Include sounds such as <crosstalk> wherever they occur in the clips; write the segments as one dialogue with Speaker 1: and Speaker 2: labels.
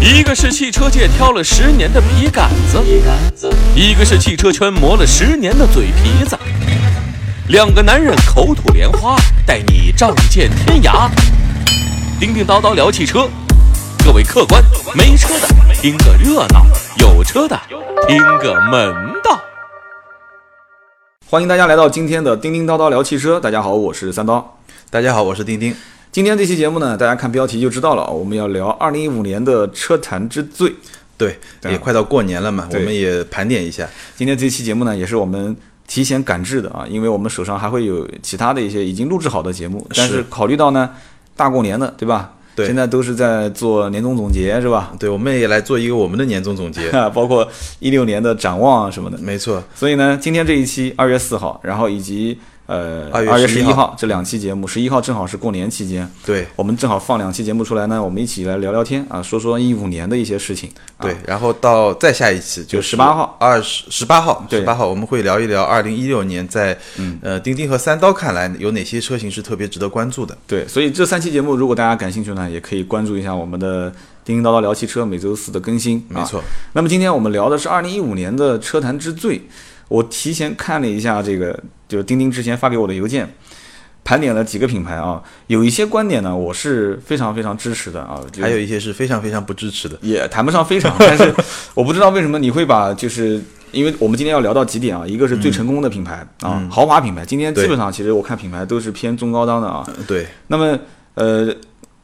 Speaker 1: 一个是汽车界挑了十年的皮杆子，一个是汽车圈磨了十年的嘴皮子。两个男人口吐莲花，带你仗剑天涯。叮叮叨叨聊汽车，各位客官，没车的听个热闹，有车的听个门道。
Speaker 2: 欢迎大家来到今天的叮叮叨叨聊汽车。大家好，我是三刀。
Speaker 3: 大家好，我是丁丁。
Speaker 2: 今天这期节目呢，大家看标题就知道了，我们要聊2015年的车坛之最。
Speaker 3: 对，
Speaker 2: 对啊
Speaker 3: 也快到过年了嘛，我
Speaker 2: 对
Speaker 3: 们也盘点一下。
Speaker 2: 今天这期节目呢，也是我们提前赶制的啊，因为我们手上还会有其他的一些已经录制好的节目，但是
Speaker 3: 是
Speaker 2: 考虑到呢，大过年的，对吧？
Speaker 3: 对
Speaker 2: 现在都是在做年终总结，是吧？ <laughs>
Speaker 3: 对，我们也来做一个我们的年终总结。
Speaker 2: 包括一六年的展望啊什么的。
Speaker 3: 没错，
Speaker 2: 所以呢，今天这一期二月四号，然后以及呃
Speaker 3: 2月
Speaker 2: 二月十一
Speaker 3: 11
Speaker 2: 号这两期节目，十一号正好是过年期间，
Speaker 3: 对
Speaker 2: 我们正好放两期节目出来呢，我们一起来聊聊天啊，说说一五年的一些事情。啊
Speaker 3: 对，，然后到再下一期就
Speaker 2: 就18号、
Speaker 3: 二十、十八号、
Speaker 2: 对嗯
Speaker 3: 十八号，我们会聊一聊二零一六年在呃钉钉和三刀看来有哪些车型是特别值得关注的。
Speaker 2: 对，所以这三期节目如果大家感兴趣呢，也可以关注一下我们的叮叮叨叨聊汽车每周四的更新。啊
Speaker 3: 没错，
Speaker 2: 那么今天我们聊的是二零一五年的车坛之最。我提前看了一下这个，就是钉钉之前发给我的邮件，盘点了几个品牌啊，有一些观点呢，我是非常非常支持的啊，就
Speaker 3: 还有一些是非常非常不支持的。
Speaker 2: 也谈不上非常，但是
Speaker 3: <laughs>
Speaker 2: 我不知道为什么你会把就是。因为我们今天要聊到几点啊？一个是最成功的品牌、啊，豪华品牌。今天基
Speaker 3: 嗯对
Speaker 2: 本上其实我看品牌都是偏中高档的啊。
Speaker 3: 对，
Speaker 2: 那么呃，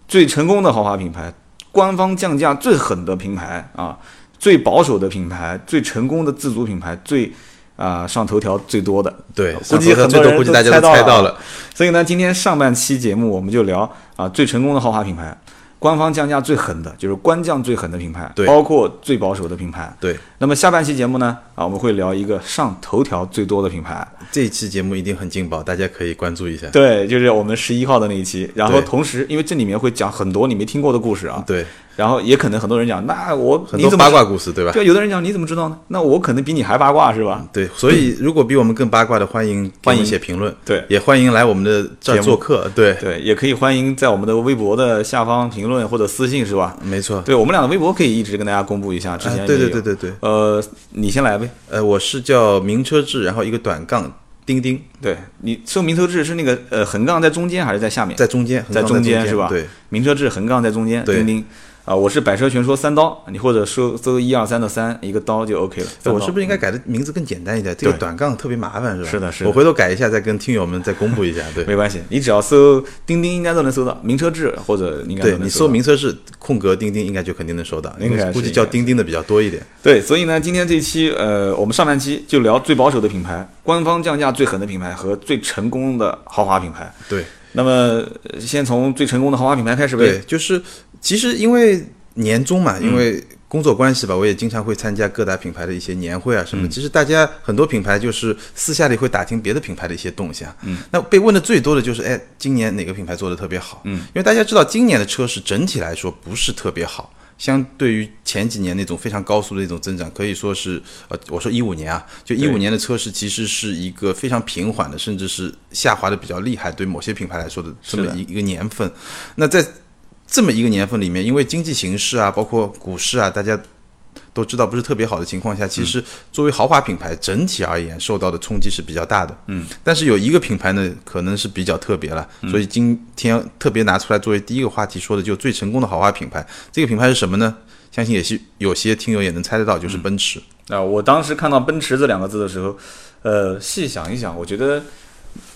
Speaker 2: 最成功的豪华品牌，官方降价最狠的品牌啊，最保守的品牌，最成功的自主品牌，最啊、上头条最多的。
Speaker 3: 对，
Speaker 2: 估计呃
Speaker 3: 上头条
Speaker 2: 很
Speaker 3: 最
Speaker 2: 多
Speaker 3: 多，
Speaker 2: 人
Speaker 3: 估计
Speaker 2: 都
Speaker 3: 大家都
Speaker 2: 猜
Speaker 3: 猜
Speaker 2: 到
Speaker 3: 到
Speaker 2: 了
Speaker 3: 了。
Speaker 2: 所以呢，今天上半期节目我们就聊啊，最成功的豪华品牌，官方降价最狠的，就是官降最狠的品牌，
Speaker 3: 对
Speaker 2: 包括最保守的品牌。
Speaker 3: 对，
Speaker 2: 那么下半期节目呢，啊，我们会聊一个上头条最多的品牌，
Speaker 3: 这一期节目一定很劲爆，大家可以关注一下。
Speaker 2: 对，就是我们十一号的那一期。然后
Speaker 3: 对
Speaker 2: 同时，因为这里面会讲很多你没听过的故事啊，
Speaker 3: 对，
Speaker 2: 然后也可能很多人讲，那我
Speaker 3: 很
Speaker 2: 你
Speaker 3: 多
Speaker 2: 怎么
Speaker 3: 八
Speaker 2: 知
Speaker 3: 卦故事，对吧？
Speaker 2: 对，有的人讲你怎么知道呢？那我可能比你还八卦是吧？
Speaker 3: 对，所以如果比我们更八卦的，欢迎
Speaker 2: 欢迎
Speaker 3: 给我们写评论，
Speaker 2: 对
Speaker 3: 也欢迎来我们的这
Speaker 2: 节目
Speaker 3: 儿做客，对，
Speaker 2: 对，也可以欢迎在我们的微博的下方评论或者私信是吧？
Speaker 3: 没错，
Speaker 2: 对我们俩的微博可以一直跟大家公布一下，之前、
Speaker 3: 啊对对对。对对，
Speaker 2: 呃，你先来呗。
Speaker 3: 呃，我是叫名车志，然后一个短杠钉钉
Speaker 2: 对你说名车志是那个呃横杠在中间还是在下面？
Speaker 3: 在中间，横
Speaker 2: 在
Speaker 3: 杠中
Speaker 2: 间是吧？
Speaker 3: 对，，
Speaker 2: 名车志横杠在中间，
Speaker 3: 对
Speaker 2: 钉钉。啊、我是百车全说三刀，你或者搜搜一二三的三一个刀就 OK 了。
Speaker 3: 呃我是
Speaker 2: 不
Speaker 3: 不是应该改的名字更简单一点？这个
Speaker 2: 对
Speaker 3: 短杠特别麻烦，是吧？
Speaker 2: 是的是的
Speaker 3: 我回头改一下，再跟听友们再公布一下。对，
Speaker 2: 嗯没关系，你只要搜钉钉应该都能搜到，名车志或者应该都
Speaker 3: 对
Speaker 2: 能
Speaker 3: 你
Speaker 2: 搜
Speaker 3: 搜
Speaker 2: 到
Speaker 3: 名车志空格钉钉，应该就肯定能收到，
Speaker 2: 应该是
Speaker 3: 估计叫钉钉的比较多一点。
Speaker 2: 对，所以呢，今天这期呃，我们上半期就聊最保守的品牌、官方降价最狠的品牌和最成功的豪华品牌。
Speaker 3: 对
Speaker 2: 那么呃先从最成功的豪华品牌开始
Speaker 3: 对，
Speaker 2: 呗。
Speaker 3: 就是其实因为年终嘛，因为工作关系吧，我也经常会参加各大品牌的一些年会啊什么的。其实大家很多品牌就是私下里会打听别的品牌的一些动向。嗯，那被问的最多的就是，哎，今年哪个品牌做的特别好？嗯，因为大家知道今年的车是整体来说不是特别好。相对于前几年那种非常高速的那种增长，可以说是呃，我说一五年啊，就一五年的车市其实是一个非常平缓的，甚至是下滑的比较厉害，对某些品牌来说的这么
Speaker 2: 是的
Speaker 3: 一一个年份。那在这么一个年份里面，因为经济形势啊，包括股市啊，大家都知道不是特别好的情况下，其实作为豪华品牌，整体而言受到的冲击是比较大的。嗯，但是有一个品牌呢，可能是比较特别了，所以今天特别拿出来作为第一个话题说的，就最成功的豪华品牌，这个品牌是什么呢？相信也是有些听友也能猜得到，就是奔驰。
Speaker 2: 啊、我当时看到“奔驰”这两个字的时候，呃，细想一想，我觉得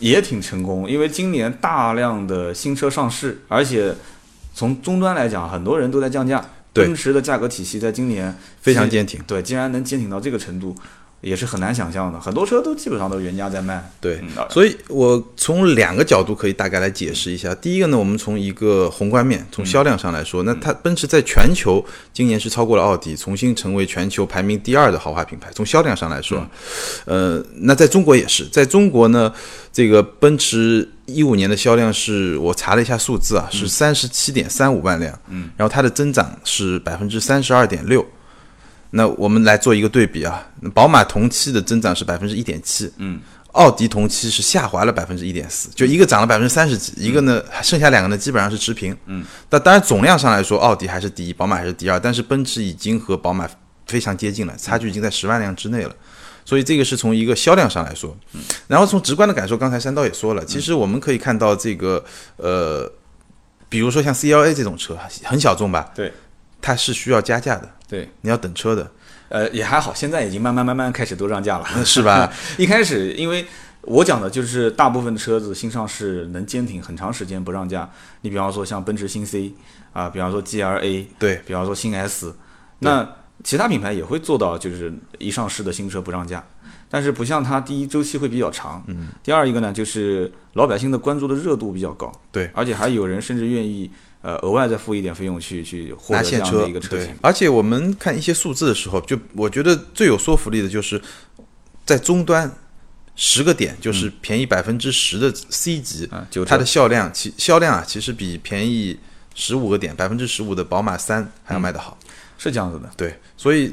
Speaker 2: 也挺成功，因为今年大量的新车上市，而且从终端来讲，很多人都在降价。
Speaker 3: 对
Speaker 2: 奔驰的价格体系在今年
Speaker 3: 非常坚挺
Speaker 2: 对，竟然能坚挺到这个程度，也是很难想象的。很多车都基本上都原价在卖。
Speaker 3: 对
Speaker 2: 嗯啊，
Speaker 3: 所以我从两个角度可以大概来解释一下。第一个呢，我们从一个宏观面，从销量上来说，那它奔驰在全球今年是超过了奥迪，重新成为全球排名第二的豪华品牌。从销量上来说，呃，那在中国也是，在中国呢，这个奔驰一五年的销量是我查了一下数字啊，是三十七点三五万辆，嗯，然后它的增长是百分之三十二点六。那我们来做一个对比啊，宝马同期的增长是百分之一点七，嗯，奥迪同期是下滑了百分之一点四，就一个涨了百分之三十几，一个呢剩下两个呢基本上是持平。嗯，但当然总量上来说，奥迪还是第一，宝马还是第二，但是奔驰已经和宝马非常接
Speaker 2: 嗯
Speaker 3: 近了，差距已经在十万辆之内了。所以这个是从一个销量上来说，然后从直观的感受，刚才山刀也说
Speaker 2: 嗯
Speaker 3: 了，其实我们可以看到这个呃，比如说像 CLA 这种车很小众吧，
Speaker 2: 对
Speaker 3: 它是需要加价的，
Speaker 2: 对，
Speaker 3: 你要等车的，
Speaker 2: 呃，也还好，现在已经慢慢慢慢开始都让
Speaker 3: <laughs>
Speaker 2: 价了，
Speaker 3: 是吧？
Speaker 2: <laughs> 一开始因为我讲的就是大部分车子新上市能坚挺很长时间不让价，你比方说像奔驰新 C 啊，比方说 GLA，
Speaker 3: 对，
Speaker 2: 比方说新 S，那其他品牌也会做到，就是一上市的新车不让价，但是不像它第一周期会比较长，嗯，第二一个呢就是老百姓的关注的热度比较高，
Speaker 3: 对
Speaker 2: 而且还有人甚至愿意呃额外再付一点费用去去获
Speaker 3: 拿
Speaker 2: 得这
Speaker 3: 现
Speaker 2: 样
Speaker 3: 车
Speaker 2: 的一个车
Speaker 3: 对
Speaker 2: 型，，
Speaker 3: 而且我们看一些数字的时候，就我觉得最有说服力的就是在终端十个点，
Speaker 2: 嗯
Speaker 3: 就是便宜百分之十的 C 级，
Speaker 2: 啊九折
Speaker 3: 它的销量其销量啊，其实比便宜十五个点百分之十五的宝马三
Speaker 2: 嗯
Speaker 3: 还要卖得好。
Speaker 2: 是这样子的，
Speaker 3: 对，所以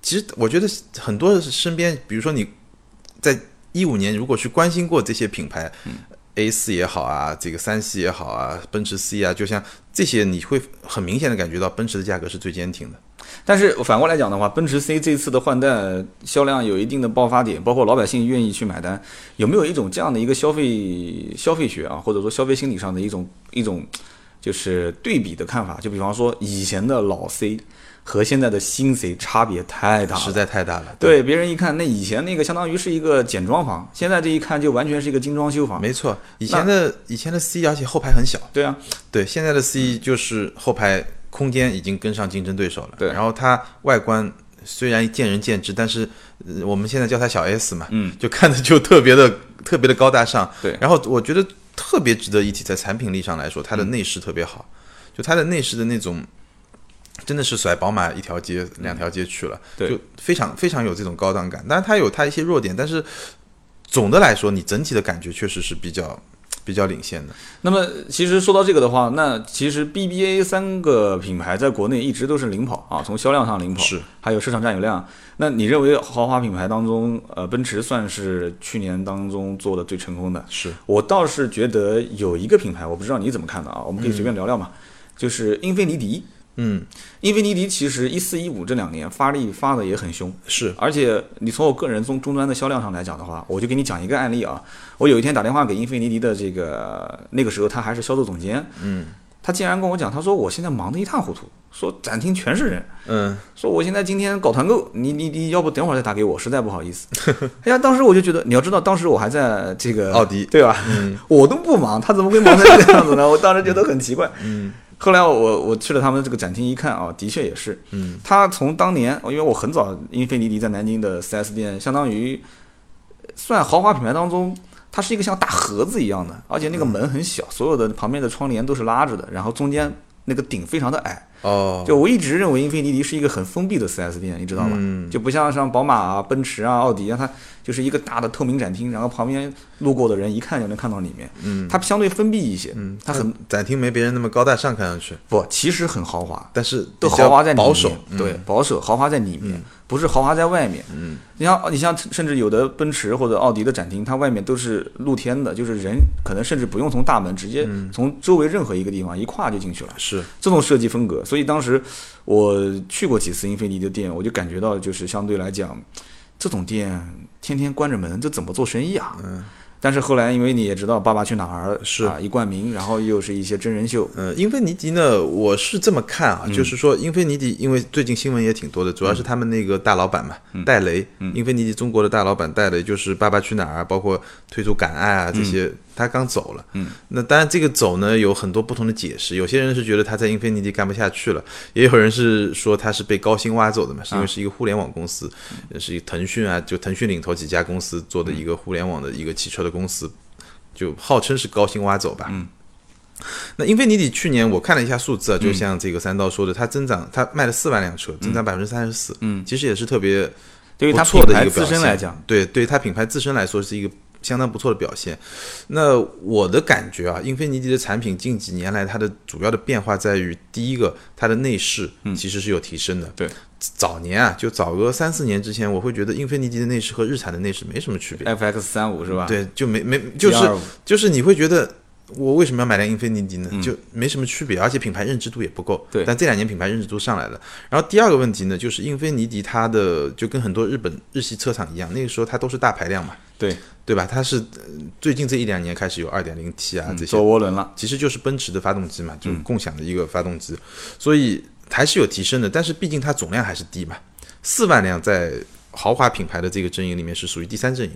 Speaker 3: 其实我觉得很多身边，比如说你在一五年如果去关心过这些品牌、a 四也好啊，这个三系也好啊，奔驰 C 啊，就像这些，你会很明显的感觉到奔驰的价格是最坚挺的。
Speaker 2: 但是反过来讲的话，奔驰 C 这次的换代销量有一定的爆发点，包括老百姓愿意去买单，有没有一种这样的一个消费消费学啊，或者说消费心理上的一种一种就是对比的看法？就比方说以前的老 C 和现在的新 C 差别太大
Speaker 3: 实
Speaker 2: 了。
Speaker 3: 在太大了。
Speaker 2: 对别人一看，那以前那个相当于是一个简装房，现在这一看就完全是一个精装修房。
Speaker 3: 没错，以前的以前的 C，而且后排很小。
Speaker 2: 对啊，
Speaker 3: 对，现在的 C
Speaker 2: 嗯
Speaker 3: 就是后排空间已经跟上竞争对手了。
Speaker 2: 对
Speaker 3: 然后它外观虽然见仁见智，但是、呃我们现在叫它小 S 嘛，
Speaker 2: 嗯，
Speaker 3: 就看着就特别的特别的高大上。
Speaker 2: 对嗯
Speaker 3: 然后我觉得特别值得一提，在产品力上来说，它的内饰特别好，就它的内饰的那种。真的是甩宝马一条街、两条街去了，
Speaker 2: 对
Speaker 3: 就非常非常有这种高档感。当然它有它一些弱点，但是总的来说，你整体的感觉确实是比较比较领先的。
Speaker 2: 那么其实说到这个的话，那其实 BBA 三个品牌在国内一直都是领跑啊，从销量上领跑，
Speaker 3: 是
Speaker 2: 还有市场占有量。那你认为豪华品牌当中，呃，奔驰算是去年当中做的最成功的？
Speaker 3: 是，
Speaker 2: 我倒是觉得有一个品牌，我不知道你怎么看的啊，我们可以随便聊聊嘛，就是英菲尼迪。
Speaker 3: 嗯，
Speaker 2: 英菲尼迪其实一四一五这两年发力发的也很凶，
Speaker 3: 是
Speaker 2: 而且你从我个人从终端的销量上来讲的话，我就给你讲一个案例啊。我有一天打电话给英菲尼迪的这个那个时候他还是销售总监，嗯，他竟然跟我讲，他说我现在忙得一塌糊涂，说展厅全是人，
Speaker 3: 嗯，
Speaker 2: 说我现在今天搞团购，你你你要不等会儿再打给我，实在不好意思。哎呀，当时我就觉得，你要知道，当时我还在这个
Speaker 3: 奥迪
Speaker 2: 对吧？ <laughs> 我都不忙，他怎么会忙成这样子呢？我当时觉得很奇怪。嗯，后来我我去了他们这个展厅一看啊，的确也是。嗯，他从当年，因为我很早，英菲尼迪在南京的 4S 店，相当于呃算豪华品牌当中。它是一个像大盒子一样的，而且那个门很小，所有的旁边的窗帘都是拉着的，然后中间那个顶非常的矮，
Speaker 3: 哦，
Speaker 2: 就我一直认为英菲尼迪是一个很封闭的 4S 店，你知道吧？就不像像宝马啊、奔驰啊、奥迪啊，它就是一个大的透明展厅，然后旁边路过的人一看就能看到里面。嗯，它相对封闭一些，嗯，它很
Speaker 3: 展厅没别人那么高大上，看上去，
Speaker 2: 不，其实很豪华，
Speaker 3: 但是
Speaker 2: 都
Speaker 3: 比较
Speaker 2: 豪华在里面
Speaker 3: 保守，
Speaker 2: 对，保守豪华在里面，不是豪华在外面。嗯，你像你像甚至有的奔驰或者奥迪的展厅，它外面都是露天的，就是人可能甚至不用从大门，直接从周围任何一个地方一跨就进去了。
Speaker 3: 是
Speaker 2: 这种设计风格。所以当时我去过几次英菲尼迪的店，我就感觉到就是相对来讲，这种店天天关着门，这怎么做生意啊？嗯。但是后来，因为你也知道《爸爸去哪儿》
Speaker 3: 是
Speaker 2: 啊，一冠名，然后又是一些真人秀，
Speaker 3: 嗯，英菲尼迪呢，我是这么看啊，就是说英菲尼迪，因为最近新闻也挺多的，主要是他们那个大老板嘛，戴雷，英菲尼迪中国的大老板戴雷，就是《爸爸去哪儿》啊，包括推出《敢爱》啊这些，他刚走了。嗯，那当然这个走呢有很多不同的解释，有些人是觉得他在英菲尼迪干不下去了，也有人是说他是被高薪挖走的嘛，是因为是一个互联网公司，是一个腾讯啊，就腾讯领头几家公司做的一个互联网的一个汽车的公司，就号称是高薪挖走吧。那英菲尼迪去年我看了一下数
Speaker 2: 嗯
Speaker 3: 字啊，就像这个三刀说的，它增长，它卖了四万辆车，增长百分之三十四，嗯，其实也是特别
Speaker 2: 对于
Speaker 3: 不
Speaker 2: 它
Speaker 3: 错
Speaker 2: 品
Speaker 3: 的一
Speaker 2: 牌
Speaker 3: 个表
Speaker 2: 自身
Speaker 3: 现
Speaker 2: 来讲，，
Speaker 3: 对，对它品牌自身来说是一个相当不错的表现。那我的感觉啊，英菲尼迪的产品近几年来它的主要的变化在于，第一个它的内饰其实是有提升的。
Speaker 2: 嗯对，
Speaker 3: 早年啊，就早个三四年之前，我会觉得英菲尼迪的内饰和日产的内饰没什么区别。
Speaker 2: FX 三五是吧？，
Speaker 3: 对，就没没就是
Speaker 2: 25
Speaker 3: 就是你会觉得我为什么要买辆英菲尼迪呢？就没什么区别，而且品牌认知度也不够。
Speaker 2: 对
Speaker 3: 但这两年品牌认知度上来了。然后第二个问题呢，就是英菲尼迪它的就跟很多日本日系车厂一样，那个时候它都是大排量嘛，
Speaker 2: 对，
Speaker 3: 对吧？它是呃最近这一两年开始有 2.0T 啊这些
Speaker 2: 左涡轮了。
Speaker 3: 其实就是奔驰的发动机嘛，就是共享的一个发动机，所以还是有提升的，但是毕竟它总量还是低嘛，四万辆在豪华品牌的这个阵营里面是属于第三阵营。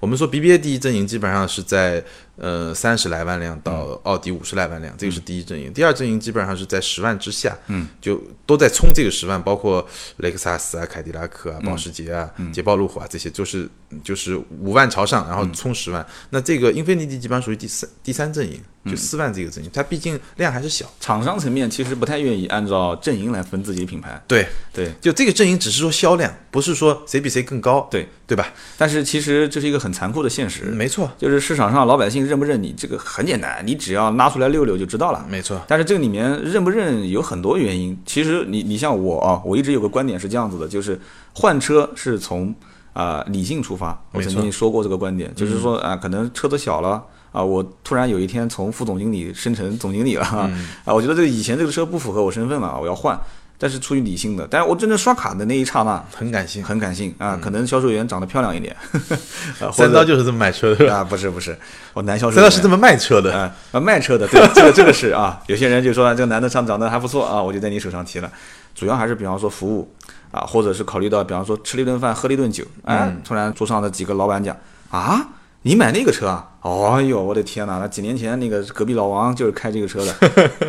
Speaker 3: 我们说 BBA 第一阵营基本上是在呃三十来万辆到奥迪五十来万辆，这个是第一阵营。第二阵营基本上是在十万之下，嗯，就都在冲这个十万，包括雷克萨斯啊、凯迪拉克啊、保时捷啊、捷豹路虎啊这些，就是就是五万朝上，然后冲十万。那这个英菲尼迪基本上属于第三第三阵营，就四万这个阵营，它毕竟量还是小。
Speaker 2: 厂商层面其实不太愿意按照阵营来分自己的品牌，
Speaker 3: 对，
Speaker 2: 对，
Speaker 3: 就这个阵营只是说销量，不是说谁比谁更高，
Speaker 2: 对
Speaker 3: 对吧？
Speaker 2: 但是其实这是一个很残酷的现实，
Speaker 3: 没错，
Speaker 2: 就是市场上老百姓认不认你，这个很简单，你只要拉出来溜溜就知道了。
Speaker 3: 没错，
Speaker 2: 但是这个里面认不认有很多原因。其实你你像我啊，我一直有个观点是这样子的，就是换车是从啊、理性出发。我
Speaker 3: 没错嗯
Speaker 2: 曾经说过这个观点，就是说啊、可能车子小了啊、我突然有一天从副总经理升成总经理了啊、
Speaker 3: 嗯
Speaker 2: 我觉得这个以前这个车不符合我身份了，我要换。但是出于理性的，但是我真正刷卡的那一刹那，
Speaker 3: 很感性。
Speaker 2: 很感性啊，可能销售员长得漂亮一点， <laughs> 啊
Speaker 3: 嗯三刀
Speaker 2: 或者
Speaker 3: 就是这么卖车的，是吧？
Speaker 2: 啊，不是不是，我男销售
Speaker 3: 三刀
Speaker 2: 员
Speaker 3: 是这么卖车的，
Speaker 2: 啊啊卖车的，对，这个这个是啊，有些人就说这个男的上长得还不错啊，我就在你手上提了，主要还是比方说服务啊，或者是考虑到比方说吃了一顿饭，喝了一顿酒，哎，突然桌上的几个老板讲啊。你买那个车啊？哦呦，我的天哪！那几年前那个隔壁老王就是开这个车的，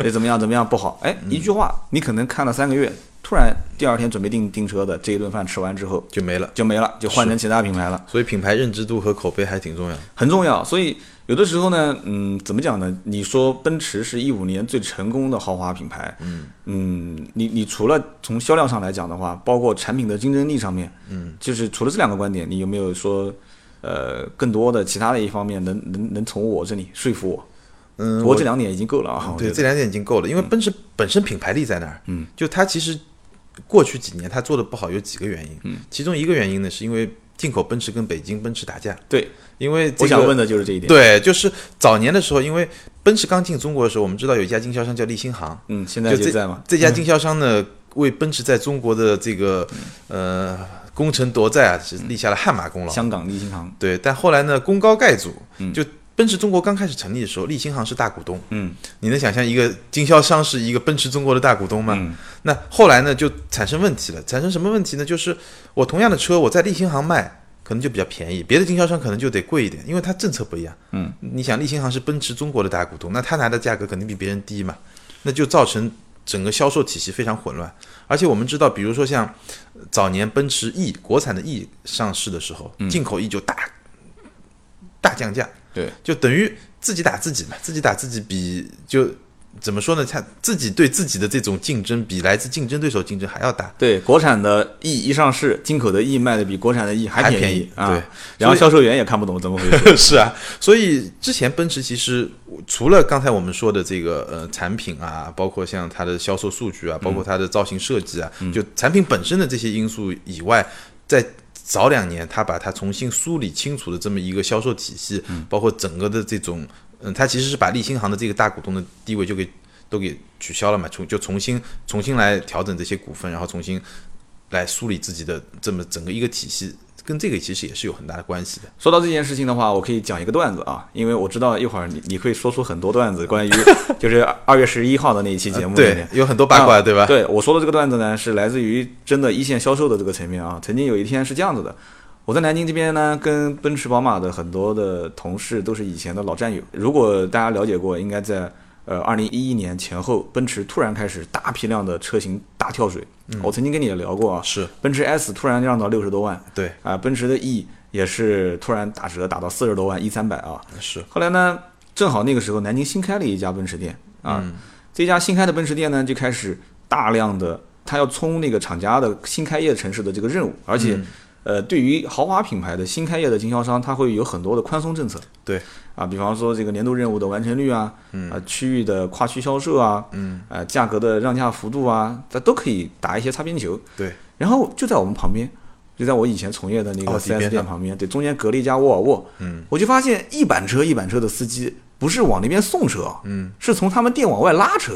Speaker 2: <laughs> 哎，怎么样怎么样不好？哎，一句话，你可能看了三个月，突然第二天准备订订车的这一顿饭吃完之后，
Speaker 3: 就没了。
Speaker 2: 就没了，就换成其他品牌了，
Speaker 3: 所以品牌认知度和口碑还挺重要的。
Speaker 2: 很重要。所以有的时候呢，嗯，怎么讲呢？你说奔驰是一五年最成功的豪华品牌，嗯你你除了从销量上来讲的话，包括产品的竞争力上面，嗯，就是除了这两个观点，你有没有说？呃，更多的其他的一方面能能能从我这里说服我，
Speaker 3: 嗯，
Speaker 2: 我这两点已经够了啊。我
Speaker 3: 对
Speaker 2: 觉得嗯
Speaker 3: 这两点已经够了，因为奔驰本身品牌力在那儿。嗯，就它其实过去几年它做的不好有几个原因。嗯，其中一个原因呢，是因为进口奔驰跟北京奔驰打架，
Speaker 2: 对，
Speaker 3: 因为
Speaker 2: 我
Speaker 3: 这
Speaker 2: 想
Speaker 3: 个
Speaker 2: 问的就是这一点。，
Speaker 3: 对，就是早年的时候，因为奔驰刚进中国的时候，我们知道有一家经销商叫立新行，
Speaker 2: 嗯，现
Speaker 3: 就
Speaker 2: 在
Speaker 3: 这
Speaker 2: 就在嘛，
Speaker 3: 这家经销商呢，为奔驰在中国的这个
Speaker 2: 嗯
Speaker 3: 呃功臣夺寨啊，是立下了汗马功劳。
Speaker 2: 香港立新行，
Speaker 3: 对，但后来呢，功高盖主，就奔驰中国刚开始成立的时候，立新行是大股东。
Speaker 2: 嗯，
Speaker 3: 你能想象一个经销商是一个奔驰中国的大股东吗？
Speaker 2: 嗯
Speaker 3: 那后来呢，就产生问题了。产生什么问题呢？就是我同样的车，我在立新行卖。可能就比较便宜，别的经销商可能就得贵一点，因为它政策不一样。
Speaker 2: 嗯，
Speaker 3: 你想，立新行是奔驰中国的大股东，那他拿的价格肯定比别人低嘛，那就造成整个销售体系非常混乱。而且我们知道，比如说像早年奔驰 E 国产的 E 上市的时候，
Speaker 2: 嗯
Speaker 3: 进口 E 就大大降价，
Speaker 2: 对，
Speaker 3: 就等于自己打自己嘛，自己打自己比就怎么说呢？他自己对自己的这种竞争比来自竞争对手竞争还要大，
Speaker 2: 对，国产的 E 一上市，进口的 E 卖的比国产的 E 还
Speaker 3: 还
Speaker 2: 便
Speaker 3: 便宜
Speaker 2: 啊。
Speaker 3: 对
Speaker 2: 然后销售员也看不懂怎么回事。
Speaker 3: <laughs> 是啊，所以之前奔驰其实除了刚才我们说的这个呃产品啊，包括像它的销售数据啊，包括它的造型设计啊，就产品本身的这些因素以外，在早两年它把它重新梳理清楚的这么一个销售体系，包括整个的这种，嗯，它其实是把立新行的这个大股东的地位就给都给取消了嘛，重就重新重新来调整这些股份，然后重新来梳理自己的这么整个一个体系。跟这个其实也是有很大的关系的。
Speaker 2: 说到这件事情的话，我可以讲一个段子啊，因为我知道一会儿你你会说出很多段子，关于 <laughs> 就是二月十一号的那一期节目里面。
Speaker 3: 对，有很多八卦，
Speaker 2: 啊
Speaker 3: 对吧？
Speaker 2: 对，我说的这个段子呢，是来自于真的一线销售的这个层面啊。曾经有一天是这样子的，我在南京这边呢，跟奔驰、宝马的很多的同事都是以前的老战友。如果大家了解过，应该在呃二零一一年前后，奔驰突然开始大批量的车型大跳水。
Speaker 3: 嗯
Speaker 2: 我曾经跟你也聊过啊，
Speaker 3: 是
Speaker 2: 奔驰 S 突然降到六十多万，
Speaker 3: 对，
Speaker 2: 啊，奔驰的 E 也是突然打折打到四十多万 E 三百啊。
Speaker 3: 是
Speaker 2: 后来呢，正好那个时候南京新开了一家奔驰店啊，这家新开的奔驰店呢就开始大量的，他要冲那个厂家的新开业城市的这个任务，而且呃，对于豪华品牌的新开业的经销商，它会有很多的宽松政策
Speaker 3: 对，
Speaker 2: 啊，比方说这个年度任务的完成率啊，啊，区域的跨区销售啊，嗯，啊，价格的让价幅度啊，它都可以打一些擦边球。
Speaker 3: 对，
Speaker 2: 然后就在我们旁边，就在我以前从业的那
Speaker 3: 奥
Speaker 2: 个
Speaker 3: 迪哦边
Speaker 2: 4S 店
Speaker 3: 上
Speaker 2: 旁边，对，中间隔了一家沃尔沃。嗯，我就发现一板车一板车的司机不是往那边送车，嗯，是从他们店往外拉车。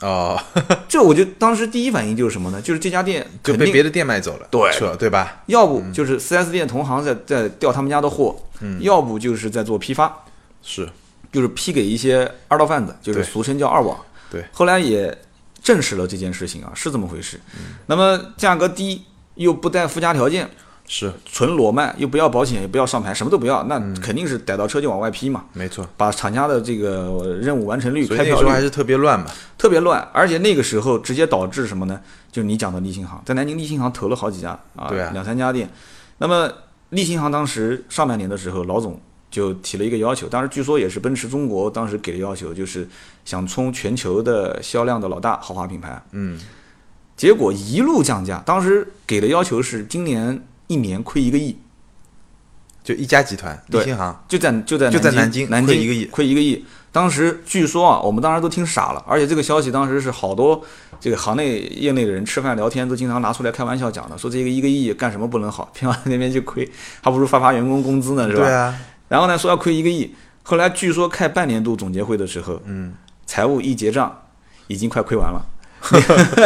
Speaker 3: 哦， <laughs>
Speaker 2: 这我就当时第一反应就是什么呢？就是这家店
Speaker 3: 就
Speaker 2: 肯
Speaker 3: 被
Speaker 2: 定
Speaker 3: 别的嗯店买走了，
Speaker 2: 对
Speaker 3: 去了，对吧？
Speaker 2: 要不就是 4S 店同行在在调他们家的货，
Speaker 3: 嗯
Speaker 2: 要不就是在做批发，
Speaker 3: 是，
Speaker 2: 就是批给一些二道贩子，就是
Speaker 3: 对
Speaker 2: 俗称叫二网。
Speaker 3: 对，
Speaker 2: 后来也证实了这件事情啊，是这么回事。
Speaker 3: 嗯
Speaker 2: 那么价格低又不带附加条件，
Speaker 3: 是，
Speaker 2: 纯裸卖，又不要保险，也不要上牌，什么都不要，
Speaker 3: 嗯
Speaker 2: 那肯定是逮到车就往外批嘛，
Speaker 3: 没错。
Speaker 2: 把厂家的这个任务完成率、
Speaker 3: 所以
Speaker 2: 开
Speaker 3: 那个
Speaker 2: 票
Speaker 3: 时候还
Speaker 2: 率
Speaker 3: 是特别乱嘛，
Speaker 2: 特别乱，而且那个时候直接导致什么呢？就你讲的立信行，在南京立信行投了好几家啊，
Speaker 3: 对啊
Speaker 2: 两三家店。那么立信行当时上半年的时候，老总就提了一个要求，当时据说也是奔驰中国当时给的要求，就是想冲全球的销量的老大豪华品牌。
Speaker 3: 嗯，
Speaker 2: 结果一路降价，当时给的要求是今年一年亏一个亿，
Speaker 3: 就一家集团，立
Speaker 2: 对
Speaker 3: 新行，
Speaker 2: 就在就在
Speaker 3: 就在
Speaker 2: 南
Speaker 3: 南京
Speaker 2: 南
Speaker 3: 亏
Speaker 2: 京
Speaker 3: 一个亿
Speaker 2: 亏一个亿。当时据说啊，我们当时都听傻了，而且这个消息当时是好多这个行内业内的人吃饭聊天都经常拿出来开玩笑讲的，说这个一个亿干什么不能好，偏往那边去亏，还不如发发员工工资呢，是吧？
Speaker 3: 对啊，
Speaker 2: 然后呢，说要亏一个亿，后来据说开半年度总结会的时候，嗯，财务一结账，已经快亏完了。 <laughs>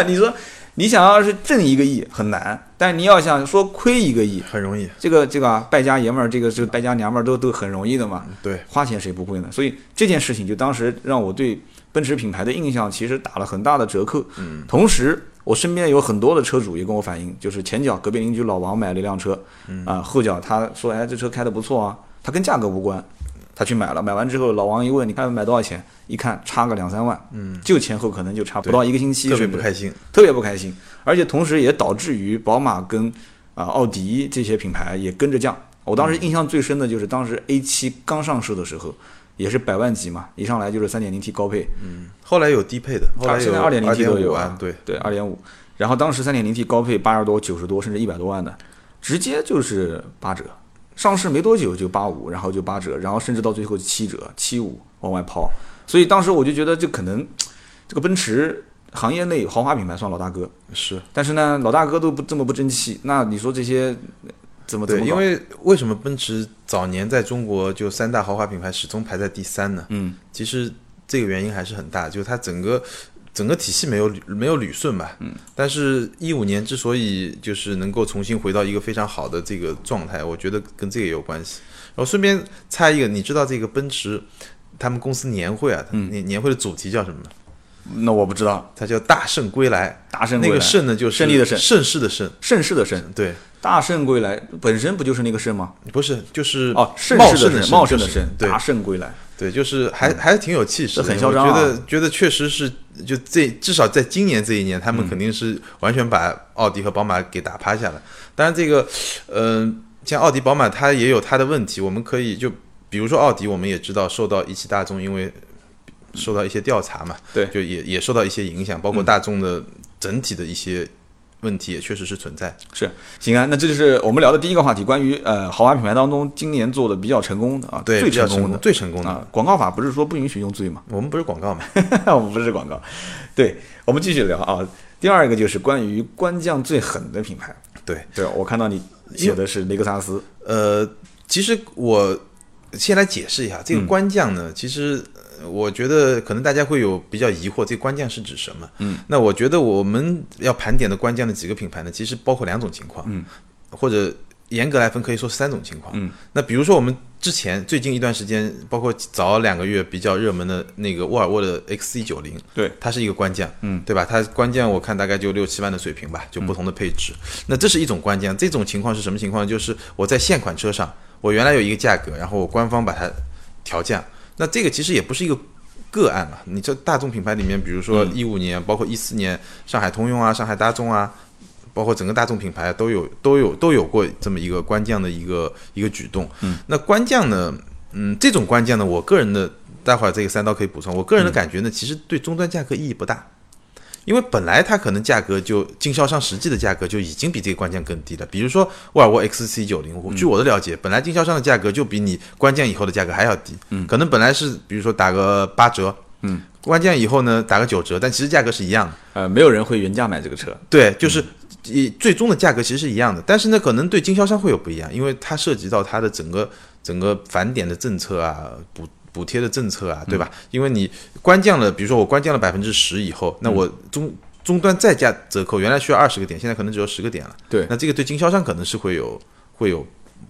Speaker 2: 你说你想要是挣一个亿很难，但是你要想说亏一个亿，
Speaker 3: 很容易，
Speaker 2: 这个这个啊，败家爷们儿，这个这个败家娘们儿都都很容易的嘛，
Speaker 3: 对，
Speaker 2: 花钱谁不会呢？所以这件事情就当时让我对奔驰品牌的印象其实打了很大的折扣。嗯，同时我身边有很多的车主也跟我反映，就是前脚隔壁邻居老王买了一辆车，
Speaker 3: 嗯
Speaker 2: 啊、后脚他说，哎，这车开的不错啊，他跟价格无关。他去买了，买完之后，老王一问，你看买多少钱？一看差个两三万，嗯，就前后可能就差不到一个星期，
Speaker 3: 特别
Speaker 2: 甚
Speaker 3: 不
Speaker 2: 至
Speaker 3: 开心，
Speaker 2: 特别不开心，而且同时也导致于宝马跟啊、奥迪这些品牌也跟着降。我当时印象最深的就是当时 A 7刚上市的时候，也是百万级嘛，一上来就是 3.0T 高配，
Speaker 3: 后来有低配的，后
Speaker 2: 啊，
Speaker 3: 来
Speaker 2: 现
Speaker 3: 有
Speaker 2: 在
Speaker 3: 二
Speaker 2: 2.0T 都有
Speaker 3: 啊，对，
Speaker 2: 对，2.5。然后当时 3.0T 高配八十多、九十多甚至一百多万的，直接就是八折。上市没多久就八五，然后就八折，然后甚至到最后七折、七五往外抛。所以当时我就觉得，这可能这个奔驰行业内豪华品牌算老大哥，
Speaker 3: 是
Speaker 2: 但是呢，老大哥都不这么不争气，那你说这些呃怎么怎
Speaker 3: 对，
Speaker 2: 么搞？
Speaker 3: 因为为什么奔驰早年在中国就三大豪华品牌始终排在第三呢？
Speaker 2: 嗯，
Speaker 3: 其实这个原因还是很大，就是它整个整个体系没有捋没有捋顺吧。嗯，但是一五年之所以就是能够重新回到一个非常好的这个状态，我觉得跟这个也有关系。然后顺便插一个，你知道这个奔驰他们公司年会啊，它
Speaker 2: 嗯
Speaker 3: 年年会的主题叫什么吗？
Speaker 2: 那我不知道，
Speaker 3: 它叫大胜归来。
Speaker 2: 大圣
Speaker 3: 那
Speaker 2: 归
Speaker 3: 个
Speaker 2: 来
Speaker 3: 胜呢，就是
Speaker 2: 胜利的胜
Speaker 3: 盛世的盛，
Speaker 2: 盛世的盛，
Speaker 3: 对，
Speaker 2: 大圣归来本身不就是那个圣吗？
Speaker 3: 不是，就是
Speaker 2: 哦，盛
Speaker 3: 茂
Speaker 2: 世
Speaker 3: 盛
Speaker 2: 的
Speaker 3: 盛，
Speaker 2: 茂盛
Speaker 3: 就
Speaker 2: 的
Speaker 3: 是
Speaker 2: 盛，
Speaker 3: 对
Speaker 2: 大圣归来。
Speaker 3: 对，就是还还挺有气势的，
Speaker 2: 嗯这很嚣张
Speaker 3: 我
Speaker 2: 啊
Speaker 3: 觉得觉得确实是，就这至少在今年这一年，他
Speaker 2: 嗯
Speaker 3: 们肯定是完全把奥迪和宝马给打趴下了。当然，这个，嗯、像奥迪、宝马，它也有它的问题。我们可以就比如说奥迪，我们也知道受到一汽大众因为受到一些调查嘛，
Speaker 2: 对嗯
Speaker 3: 就也也受到一些影响，包括大众的整体的一些问题也确实是存在。
Speaker 2: 是，行啊，那这就是我们聊的第一个话题，关于呃豪华品牌当中今年做的比较成功的啊，
Speaker 3: 对，
Speaker 2: 最
Speaker 3: 比较
Speaker 2: 成
Speaker 3: 成
Speaker 2: 功
Speaker 3: 功
Speaker 2: 的
Speaker 3: 最成功的，
Speaker 2: 啊，广告法不是说不允许用最吗？ <laughs>
Speaker 3: 我们不是广告嘛，
Speaker 2: 我们不是广告，对我们继续聊啊。第二个就是关于官降最狠的品牌，
Speaker 3: 对。
Speaker 2: 对我看到你写的是雷克萨斯，
Speaker 3: 呃，其实我先来解释一下这个官降呢，其实呃我觉得可能大家会有比较疑惑，这个官降是指什么？嗯，那我觉得我们要盘点的官降的几个品牌呢，其实包括两种情况，嗯，或者严格来分可以说是三种情况，嗯，那比如说我们。之前最近一段时间，包括早两个月比较热门的那个沃尔沃的 XC 九零，
Speaker 2: 对，
Speaker 3: 它是一个官降，嗯，对吧？它官降我看大概就六七万的水平吧，就不同的配置。那这是一种官降，这种情况是什么情况？就是我在现款车上，我原来有一个价格，然后我官方把它调降。那这个其实也不是一个个案嘛，你这大众品牌里面，比如说一五年，包括一四年，上海通用啊，上海大众啊。包括整个大众品牌都有都有都有过这么一个官降的一个一个举动，嗯，那官降呢，嗯，这种官降嗯呢，我个人的待会儿这个三刀可以补充。我个人的感觉呢，其实对终端价格意义不大，因为本来它可能价格就经销商实际的价格就已经比这个官降更低了。比如说沃尔沃 XC 九零，据我的了解，本来经销商的价格就比你官降以后的价格还要低，嗯，可能本来是比如说打个八折，嗯，官降以后呢打个九折，但其实价格是一样的。
Speaker 2: 呃，没有人会原价买这个车，
Speaker 3: 对，就是以最终的价格其实是一样的，但是呢，可能对经销商会有不一样，因为它涉及到它的整个整个返点的政策啊，补补贴的政策
Speaker 2: 嗯
Speaker 3: 啊，对吧？因为你官降了，比如说我官降了百分之十以
Speaker 2: 嗯
Speaker 3: 后，那我终终端再加折扣，原来需要二十个点，现在可能只有十个点了。
Speaker 2: 对
Speaker 3: 那这个对经销商可能是会有会有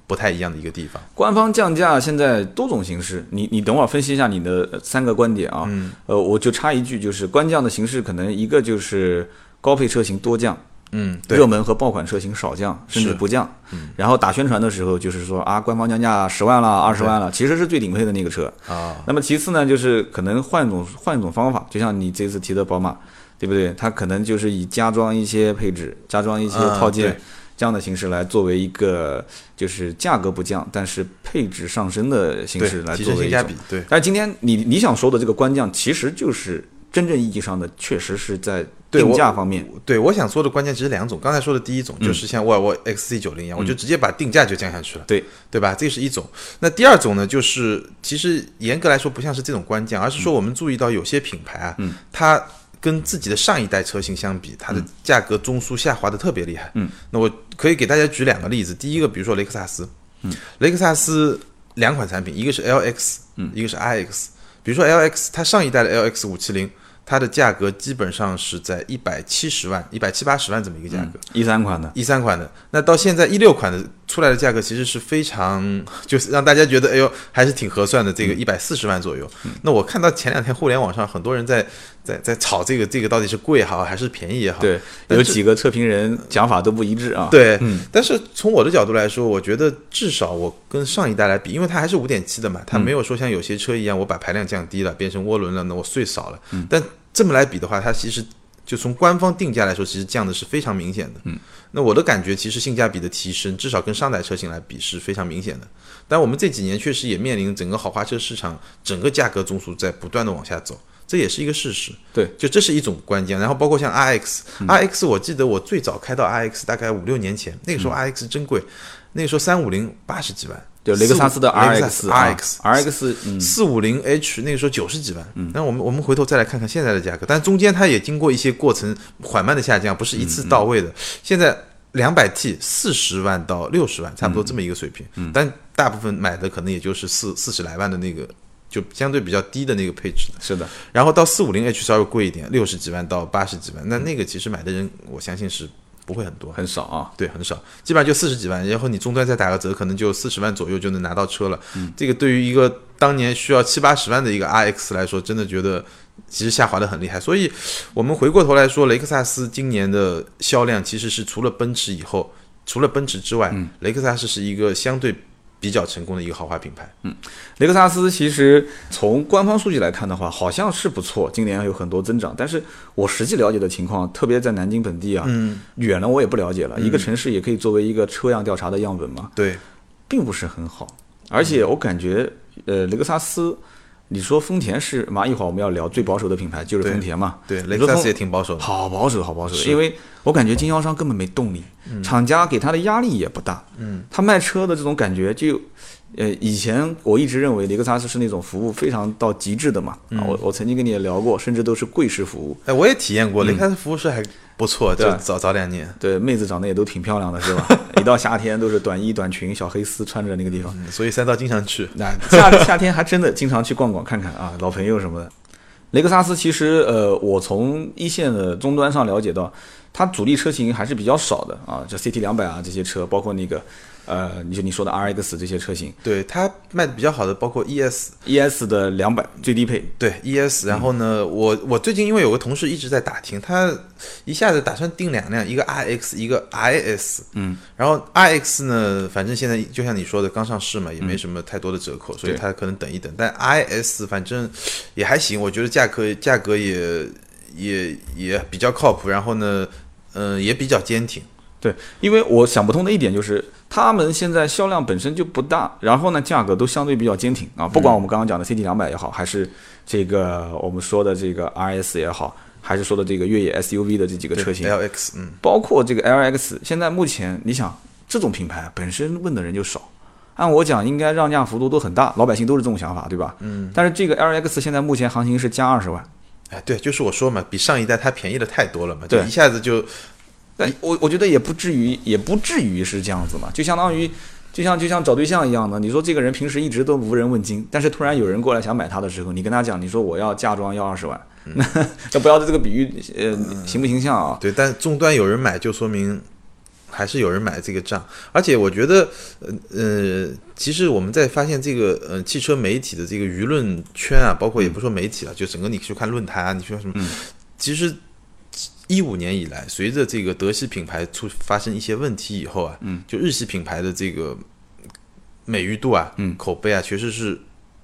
Speaker 3: 不太一样的一个地方。
Speaker 2: 官方降价现在多种形式，你你等会儿分析一下你的呃三个观点啊。呃，我就插一句，就是官降的形式可能一个就是高配车型多降，
Speaker 3: 嗯，对嗯
Speaker 2: 热，门和爆款车型少降，甚至不降。然后打宣传的时候就是说啊，官方降价十万了、二十万了，其实是最顶配的那个车
Speaker 3: 啊。
Speaker 2: 那么其次呢，就是可能换种换一种方法，就像你这次提的宝马，对不对？它可能就是以加装一些配置、加装一些
Speaker 3: 啊
Speaker 2: 套件。
Speaker 3: 对
Speaker 2: 这样的形式来作为一个就是价格不降，但是配置上升的形式来
Speaker 3: 对，提
Speaker 2: 作
Speaker 3: 升
Speaker 2: 为
Speaker 3: 性
Speaker 2: 一
Speaker 3: 价
Speaker 2: 种
Speaker 3: 比，对，
Speaker 2: 但是今天你你想说的这个官降，其实就是真正意义上的，确实是在
Speaker 3: 对
Speaker 2: 定
Speaker 3: 我
Speaker 2: 价方面。
Speaker 3: 对，我想说的关键其实两种。刚才说的第一种
Speaker 2: 嗯
Speaker 3: 就是像沃尔沃 XC 九零一样，我就直接把定价就降下去了，
Speaker 2: 对
Speaker 3: 对吧？这是一种。那第二种呢，就是其实严格来说不像是这种官降，而是说我们注意到有些品牌啊，它跟自己的上一代车型相比，它的价格中枢下滑的特别厉嗯害。嗯，那我可以给大家举两个例子。第一个，比如说雷克萨斯，嗯，雷克萨斯两款产品，一个是 LX，嗯，一个是 RX。比如说 LX，它上一代的 LX 五七零，它的价格基本上是在一百七十万、一百七八十万这么一个价格。
Speaker 2: 一三款的，
Speaker 3: 一三款的，那到现在一六款的出来的价格其实是非常， <laughs> 就是让大家觉得，哎呦，还是挺合算的，这个一百四十万左右。那我看到前两天互联网上很多人在在在炒这个，这个到底是贵也好还是便宜也好？
Speaker 2: 对，
Speaker 3: 啊但
Speaker 2: 有
Speaker 3: 这
Speaker 2: 几个测评人讲法都不一致啊。，
Speaker 3: 对，但是从我的角度来说，我觉得至少我跟上一代来比，因为它还是五点七的嘛，它没有说像有些车一样，我把排量降低了，变成涡轮了，那我岁少了。但这么来比的话，它其实就从官方定价来说，其实降的是非常明显的。嗯，那我的感觉，其实性价比的提升，至少跟上代车型来比是非常明显的。但我们这几年确实也面临整个好花车市场整个价格中枢在不断的往下走，这也是一个事实。
Speaker 2: 对，嗯
Speaker 3: 就这是一种关键。然后包括像 RX，RX、RX 我记得我最早开到 RX 大概五六年前，那个时
Speaker 2: 嗯
Speaker 3: 候 RX 真贵，那个时候三五零八十几万，
Speaker 2: 就雷克萨斯的啊 RX
Speaker 3: 450 RX
Speaker 2: RX，嗯，
Speaker 3: 四五零 H 那个时候九十几万，那我们我们回头再来看看现在的价格，但中间它也经过一些过程缓慢的下降，不是一次到位的。现在两百 T 四十万到六十万，差不多这么一个水平，但大部分买的可能也就是四四十来万的那个，就相对比较低的那个配置的。
Speaker 2: 是的，
Speaker 3: 然后到四五零 H 稍微贵一点，六十几万到八十几万，那那个其实买的人我相信是不会很多，
Speaker 2: 很少啊。
Speaker 3: 对，很少，基本上就四十几万，然后你终端再打个折，可能就四十万左右就能拿到车了。
Speaker 2: 嗯
Speaker 3: 这个对于一个当年需要七八十万的一个 RX 来说，真的觉得其实下滑的很厉害。所以，我们回过头来说，雷克萨斯今年的销量其实是除了奔驰以后，除了奔驰之外，
Speaker 2: 嗯
Speaker 3: 雷克萨斯是一个相对比较成功的一个豪华品牌。
Speaker 2: 雷克萨斯其实从官方数据来看的话，好像是不错，今年有很多增长。但是我实际了解的情况，特别在南京本地啊，
Speaker 3: 嗯
Speaker 2: 远了我也不了解了。一个城市也可以作为一个车辆调查的样本嘛，
Speaker 3: 对，
Speaker 2: 并不是很好。而且
Speaker 3: 嗯
Speaker 2: 我感觉，呃，雷克萨斯，你说丰田是嘛？一会儿我们要聊最保守的品牌就是丰田嘛。
Speaker 3: 对，
Speaker 2: 你
Speaker 3: 雷
Speaker 2: 说
Speaker 3: 克萨
Speaker 2: 丰
Speaker 3: 斯也挺保守的。
Speaker 2: 好保守，好保守，因为我感觉经销商根本没动力，厂家给他的压力也不大。嗯，他卖车的这种感觉就，呃，以前我一直认为雷克萨斯是那种服务非常到极致的嘛。啊，我我曾经跟你也聊过，甚至都是柜式服务。
Speaker 3: 哎，我也体验过，雷克萨斯服务是还不错，就
Speaker 2: 嗯对
Speaker 3: 早早两年。
Speaker 2: 对，妹子长得也都挺漂亮的，是吧？一到夏天都是短衣短裙、小黑丝穿着那个地方。
Speaker 3: 嗯所以三道经常去，
Speaker 2: 那夏 <laughs> 夏天还真的经常去逛逛看看啊，老朋友什么的。雷克萨斯其实，呃，我从一线的终端上了解到，它主力车型还是比较少的啊，这 CT 两百啊这些车，包括那个，呃，你就你说的 RX 这些车型
Speaker 3: 对它卖的比较好的包括 E ES，
Speaker 2: ，ES 的两百最低配，
Speaker 3: 对 ES，然后呢，我我最近因为有个同事一直在打听，他一下子打算订两辆，一个 RX，一个 IS，嗯，然后 RX 呢，反正现在就像你说的，刚上市嘛，也没什么太多的折扣，所以
Speaker 2: 对
Speaker 3: 他可能等一等。但 IS 反正也还行，我觉得价格价格也也也比较靠谱，然后呢，嗯、也比较坚挺，
Speaker 2: 对，因为我想不通的一点就是，他们现在销量本身就不大，然后呢，价格都相对比较坚挺啊。不管我们刚刚讲的 CT 两百也好，还是这个我们说的这个 RS 也好，还是说的这个越野 SUV 的这几个车型，
Speaker 3: LX，嗯，
Speaker 2: 包括这个 LX，现在目前你想这种品牌本身问的人就少，按我讲应该让价幅度都很大，老百姓都是这种想法，对吧？嗯。但是这个 LX 现在目前行情是加二十万，
Speaker 3: 哎，对，就是我说嘛，比上一代它便宜的太多了嘛，就
Speaker 2: 对
Speaker 3: 一下子就
Speaker 2: 但哎我我觉得也不至于，也不至于是这样子嘛，就相当于。就像就像找对象一样的，你说这个人平时一直都无人问津，但是突然有人过来想买他的时候，你跟他讲，你说我要嫁妆要二十万，那那 <laughs> 不要这个比喻，呃，形不形象啊？
Speaker 3: 对，但终端有人买，就说明还是有人买这个账。而且我觉得，呃呃，其实我们在发现这个呃汽车媒体的这个舆论圈啊，包括也不说媒体了，就整个你去看论坛啊，你去看什么，其实。一五年以来，随着这个德系品牌出发生一些问题以后啊，嗯，就日系品牌的这个美誉度啊，嗯，口碑啊，确实是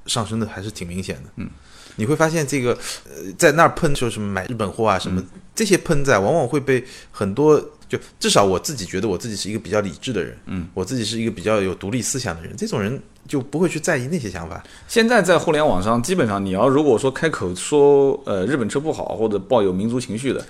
Speaker 3: 上升的，还是挺明显的，嗯，你会发现这个呃，在那儿喷说什么买日本货啊，什么、这些喷子啊，往往会被很多就至少我自己觉得我自己是一个比较理智的人，嗯，我自己是一个比较有独立思想的
Speaker 2: 嗯
Speaker 3: 人，这种人就不会去在意那些想法，
Speaker 2: 现在在互联网上，基本上你要如果说开口说呃日本车不好，或者抱有民族情绪的，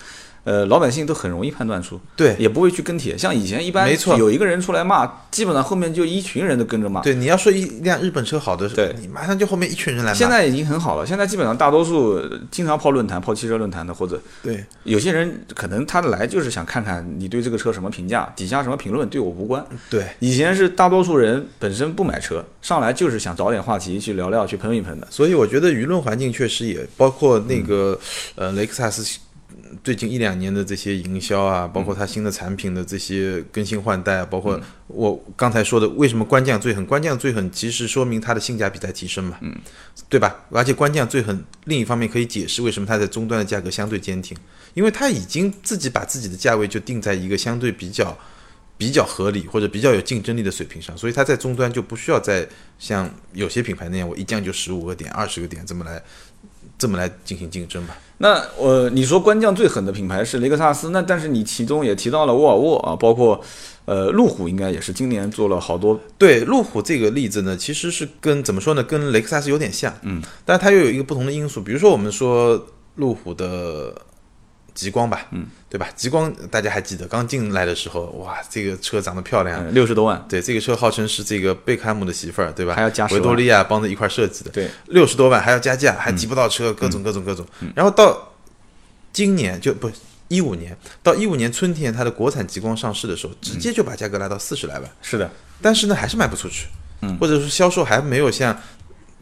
Speaker 2: 呃老百姓都很容易判断出，
Speaker 3: 对
Speaker 2: 也不会去跟帖。像以前一般，
Speaker 3: 没错
Speaker 2: 有一个人出来骂，基本上后面就一群人都跟着骂。
Speaker 3: 对，你要说一辆日本车好的时候
Speaker 2: 对，
Speaker 3: 你马上就后面一群人来骂，
Speaker 2: 现在已经很好了，现在基本上大多数呃经常泡论坛、泡汽车论坛的，或者
Speaker 3: 对
Speaker 2: 有些人可能他来就是想看看你对这个车什么评价，底下什么评论对我无关。
Speaker 3: 对
Speaker 2: 以前是大多数人本身不买车，上来就是想找点话题去聊聊、去喷一喷的。
Speaker 3: 所以我觉得舆论环境确实也包括那个、呃雷克萨斯最近一两年的这些营销啊，包括它新的产品的这些更新换代啊，包括我刚才说的为什么官降最狠，官降最狠其实说明它的性价比在提升嘛，嗯，对吧？而且官降最狠，另一方面可以解释为什么它在终端的价格相对坚挺，因为它已经自己把自己的价位就定在一个相对比较。比较合理或者比较有竞争力的水平上，所以它在终端就不需要再像有些品牌那样，我一降就十五个点、二十个点这么来这么来进行竞争吧。
Speaker 2: 那我、呃你说官降最狠的品牌是雷克萨斯，那但是你其中也提到了沃尔沃啊，包括呃路虎，应该也是今年做了好多
Speaker 3: 对路虎这个例子呢，其实是跟怎么说呢，跟雷克萨斯有点像，嗯，但它又有一个不同的因素，比如说我们说路虎的极光吧，嗯，对吧？极光大家还记得刚进来的时候，哇，这个车长得漂亮，
Speaker 2: 呃六十多万，
Speaker 3: 对，这个车号称是这个贝克汉姆的媳妇儿，对吧？
Speaker 2: 还要加10
Speaker 3: 维
Speaker 2: 万
Speaker 3: 多利亚帮着一块儿设计的，
Speaker 2: 对，
Speaker 3: 六十多万还要加价，还提不到车，各种各种各种。然后到今年就不一五年，到一五年春天，它的国产极光上市的时候，直接就把价格拉到四十来万，
Speaker 2: 是的，
Speaker 3: 但是呢，还是卖不出去，或者说销售还没有像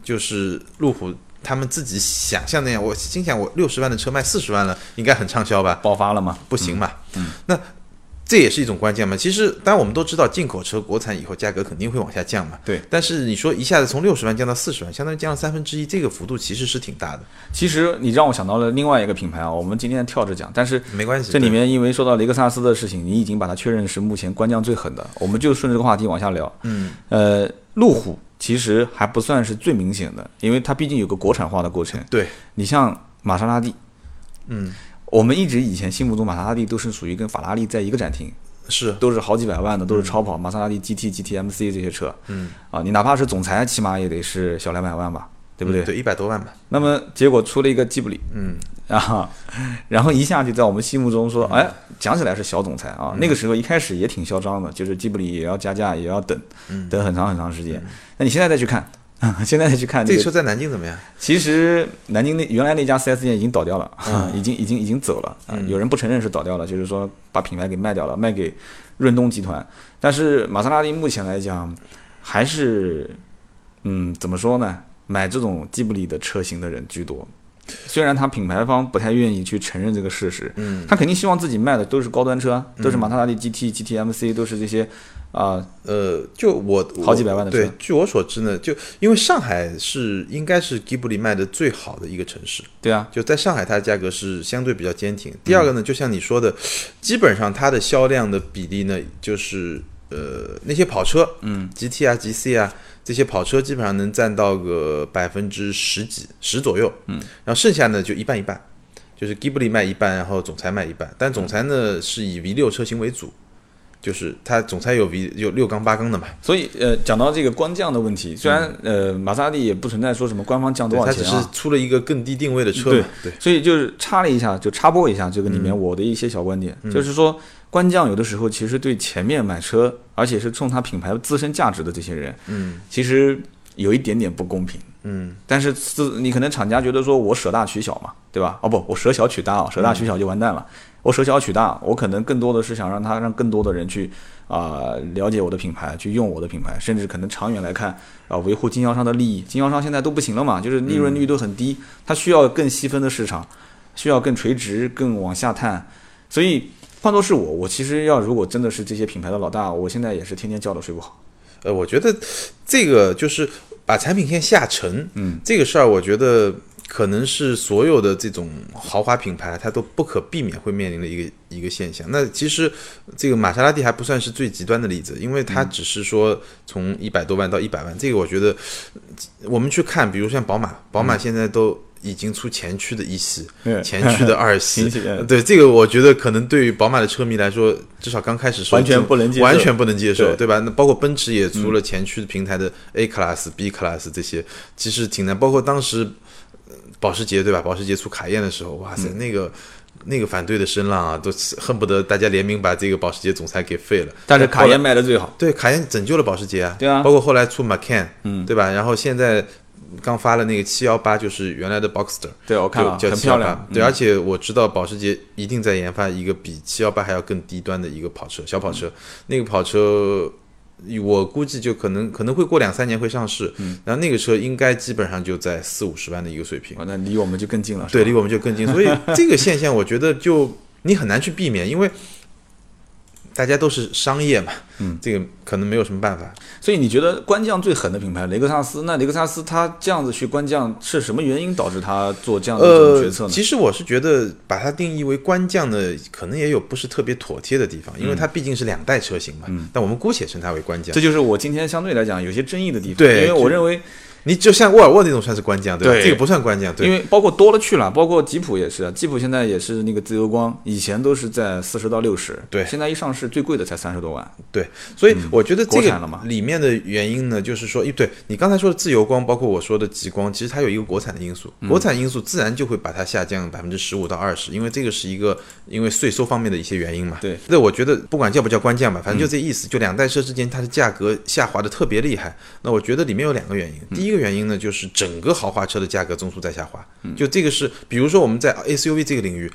Speaker 3: 就是路虎。他们自己想象那样，我心想，我六十万的车卖四十万了，应该很畅销吧？
Speaker 2: 爆发了嘛？
Speaker 3: 不行嘛。
Speaker 2: 嗯
Speaker 3: 那这也是一种关键嘛。其实，当然我们都知道，进口车国产以后价格肯定会往下降嘛。
Speaker 2: 对
Speaker 3: 但是你说一下子从六十万降到四十万，相当于降了三分之一，这个幅度其实是挺大的。
Speaker 2: 其实你让我想到了另外一个品牌啊，我们今天跳着讲，但是
Speaker 3: 没关系
Speaker 2: 这里面因为说到雷克萨斯的事情，你已经把它确认是目前官降最狠的，我们就顺着这个话题往下聊。嗯，呃，路虎其实还不算是最明显的，因为它毕竟有个国产化的过程。
Speaker 3: 对，
Speaker 2: 你像玛莎拉蒂，
Speaker 3: 嗯，
Speaker 2: 我们一直以前心目中玛莎拉蒂都是属于跟法拉利在一个展厅，
Speaker 3: 是
Speaker 2: 都是好几百万的，都是超跑、玛莎拉蒂 GT、GTMC 这些车。嗯，啊，你哪怕是总裁，起码也得是小两百万吧，对不对？
Speaker 3: 嗯对，一百多万吧。
Speaker 2: 那么结果出了一个吉卜力，嗯 <laughs> 啊，然后一下就在我们心目中说，哎，讲起来是小总裁啊，那个时候一开始也挺嚣张的，就是吉卜力也要加价，也要等，等很长很长时间。那你现在再去看， <laughs> 现在再去看
Speaker 3: 这
Speaker 2: 这个
Speaker 3: 个车在南京怎么样？
Speaker 2: 其实南京那原来那家 4S 店已经倒掉了， <laughs> 已经已经已经走了、啊有人不承认是倒掉了，就是说把品牌给卖掉了，卖给润东集团。但是玛莎拉蒂目前来讲，还是嗯怎么说呢？买这种吉卜力的车型的人居多。虽然他品牌方不太愿意去承认这个事实，嗯，他肯定希望自己卖的都是高端车啊，都是玛莎拉蒂 GT、GTMC，都是这些啊、
Speaker 3: 呃，就我我
Speaker 2: 好几百万的车
Speaker 3: 对，据我所知呢，就因为上海是应该是吉卜力卖的最好的一个城市。
Speaker 2: 对啊，
Speaker 3: 就在上海，它的价格是相对比较坚挺。第二个呢，就像你说的，基本上它的销量的比例呢，就是呃那些跑车，嗯，GT 啊、GC 啊这些跑车基本上能占到个百分之十几十左右，嗯，然后剩下呢就一半一半，就是 Ghibli 卖一半，然后总裁卖一半，但总裁呢是以 V 六车型为主。就是它总裁有 V 有六缸八缸的嘛，
Speaker 2: 所以呃，讲到这个官降的问题，虽然呃马自达蒂也不存在说什么官方降多
Speaker 3: 对
Speaker 2: 少
Speaker 3: 它只
Speaker 2: 钱
Speaker 3: 是
Speaker 2: 啊，
Speaker 3: 出了一个更低定位的车
Speaker 2: 对
Speaker 3: 嘛，对，
Speaker 2: 所以就是插了一下，就插播一下这个里面我的一些小观点，
Speaker 3: 嗯
Speaker 2: 就是说官降有的时候其实对前面买车，而且是冲它品牌自身价值的这些人，
Speaker 3: 嗯
Speaker 2: 其实有一点点不公平。
Speaker 3: 嗯，
Speaker 2: 但是自你可能厂家觉得说我舍大取小嘛，对吧？哦不，我舍小取大
Speaker 3: 嗯
Speaker 2: 啊，舍大取小就完蛋了。我舍小取大，我可能更多的是想让他让更多的人去啊、了解我的品牌，去用我的品牌，甚至可能长远来看啊、维护经销商的利益。经销商现在都不行了嘛，就是利润率都很低，它需要更细分的市场，需要更垂直、更往下探。所以换作是我，我其实要如果真的是这些品牌的老大，我现在也是天天觉都睡不好。
Speaker 3: 呃，我觉得这个就是把产品线下沉，
Speaker 2: 嗯，
Speaker 3: 这个事儿，我觉得可能是所有的这种豪华品牌，它都不可避免会面临的一个一个现象。那其实这个玛莎拉蒂还不算是最极端的例子，因为
Speaker 2: 嗯
Speaker 3: 它只是说从一百多万到一百万，这个我觉得我们去看，比如像宝马，宝马现在都。已经出前驱的一系
Speaker 2: 嗯，
Speaker 3: 前驱的二系
Speaker 2: <laughs> 前驱嗯，
Speaker 3: 对这个我觉得可能对于宝马的车迷来说，至少刚开始说
Speaker 2: 完全不能接受
Speaker 3: 完全不能接受，
Speaker 2: 对嗯
Speaker 3: 对吧？那包括奔驰也出了前驱平台的 A class、B class 这些，其实挺难。包括当时呃保时捷，对吧？保时捷出卡宴的时候，哇
Speaker 2: 嗯
Speaker 3: 塞，那个那个反对的声浪啊，都恨不得大家联名把这个保时捷总裁给废了。
Speaker 2: 但是卡
Speaker 3: 后来
Speaker 2: 宴卖的最好。
Speaker 3: 对，卡宴拯救了保时捷啊，
Speaker 2: 对啊
Speaker 3: 包括后来出 Macan，嗯，对吧？然后现在刚发了那个七幺八，就是原来的 Boxster，
Speaker 2: 对，我看了，
Speaker 3: 就
Speaker 2: 很
Speaker 3: 叫
Speaker 2: 漂
Speaker 3: 718
Speaker 2: 亮。嗯
Speaker 3: 对，而且我知道保时捷一定在研发一个比七幺八还要更低端的一个跑车，小跑
Speaker 2: 嗯
Speaker 3: 车。那个跑车，我估计就可能可能会过两三年会上市。
Speaker 2: 嗯
Speaker 3: 然后那个车应该基本上就在四五十万的一个水平
Speaker 2: 哦，。那离我们就更近了。是
Speaker 3: <laughs> 对，
Speaker 2: 吧
Speaker 3: 离我们就更近。
Speaker 2: <laughs>
Speaker 3: 所以这个现象，我觉得就你很难去避免，因为大家都是商业嘛，嗯，这个可能没有什么办法。
Speaker 2: 所以你觉得官降最狠的品牌雷克萨斯，那雷克萨斯它这样子去官降是什么原因导致它做这样的一种决策呢？
Speaker 3: 呃其实我是觉得把它定义为官降呢，可能也有不是特别妥帖的地方，因为它毕竟是两代车型嘛。但我们姑且称它为官降
Speaker 2: 嗯这。就是我今天相对来讲有些争议的地方，因
Speaker 3: 对
Speaker 2: 为我
Speaker 3: 就
Speaker 2: 认为，
Speaker 3: 你就像沃尔沃那种算是官降，对吧？
Speaker 2: 对
Speaker 3: 这个不算官降，对。
Speaker 2: 因为包括多了去了，包括吉普也是啊，吉普现在也是那个自由光，以前都是在四十到六十，
Speaker 3: 对
Speaker 2: 现在一上市最贵的才三十多万，
Speaker 3: 对，所以我觉得这
Speaker 2: 嗯国产了
Speaker 3: 个
Speaker 2: 嘛
Speaker 3: 里面的原因呢，就是说，一哎对你刚才说的自由光，包括我说的极光，其实它有一个国产的因素，
Speaker 2: 嗯
Speaker 3: 国产因素自然就会把它下降百分之十五到二十，因为这个是一个因为税收方面的一些原因嘛。
Speaker 2: 对，
Speaker 3: 那我觉得不管叫不叫官降吧，反正
Speaker 2: 嗯
Speaker 3: 就这意思，就两代车之间它的价格下滑的特别厉害。那我觉得里面有两个原因，
Speaker 2: 嗯
Speaker 3: 第一个原因呢，就是整个豪华车的价格增速在下滑，
Speaker 2: 嗯
Speaker 3: 就这个是，比如说我们在 SUV 这个领域。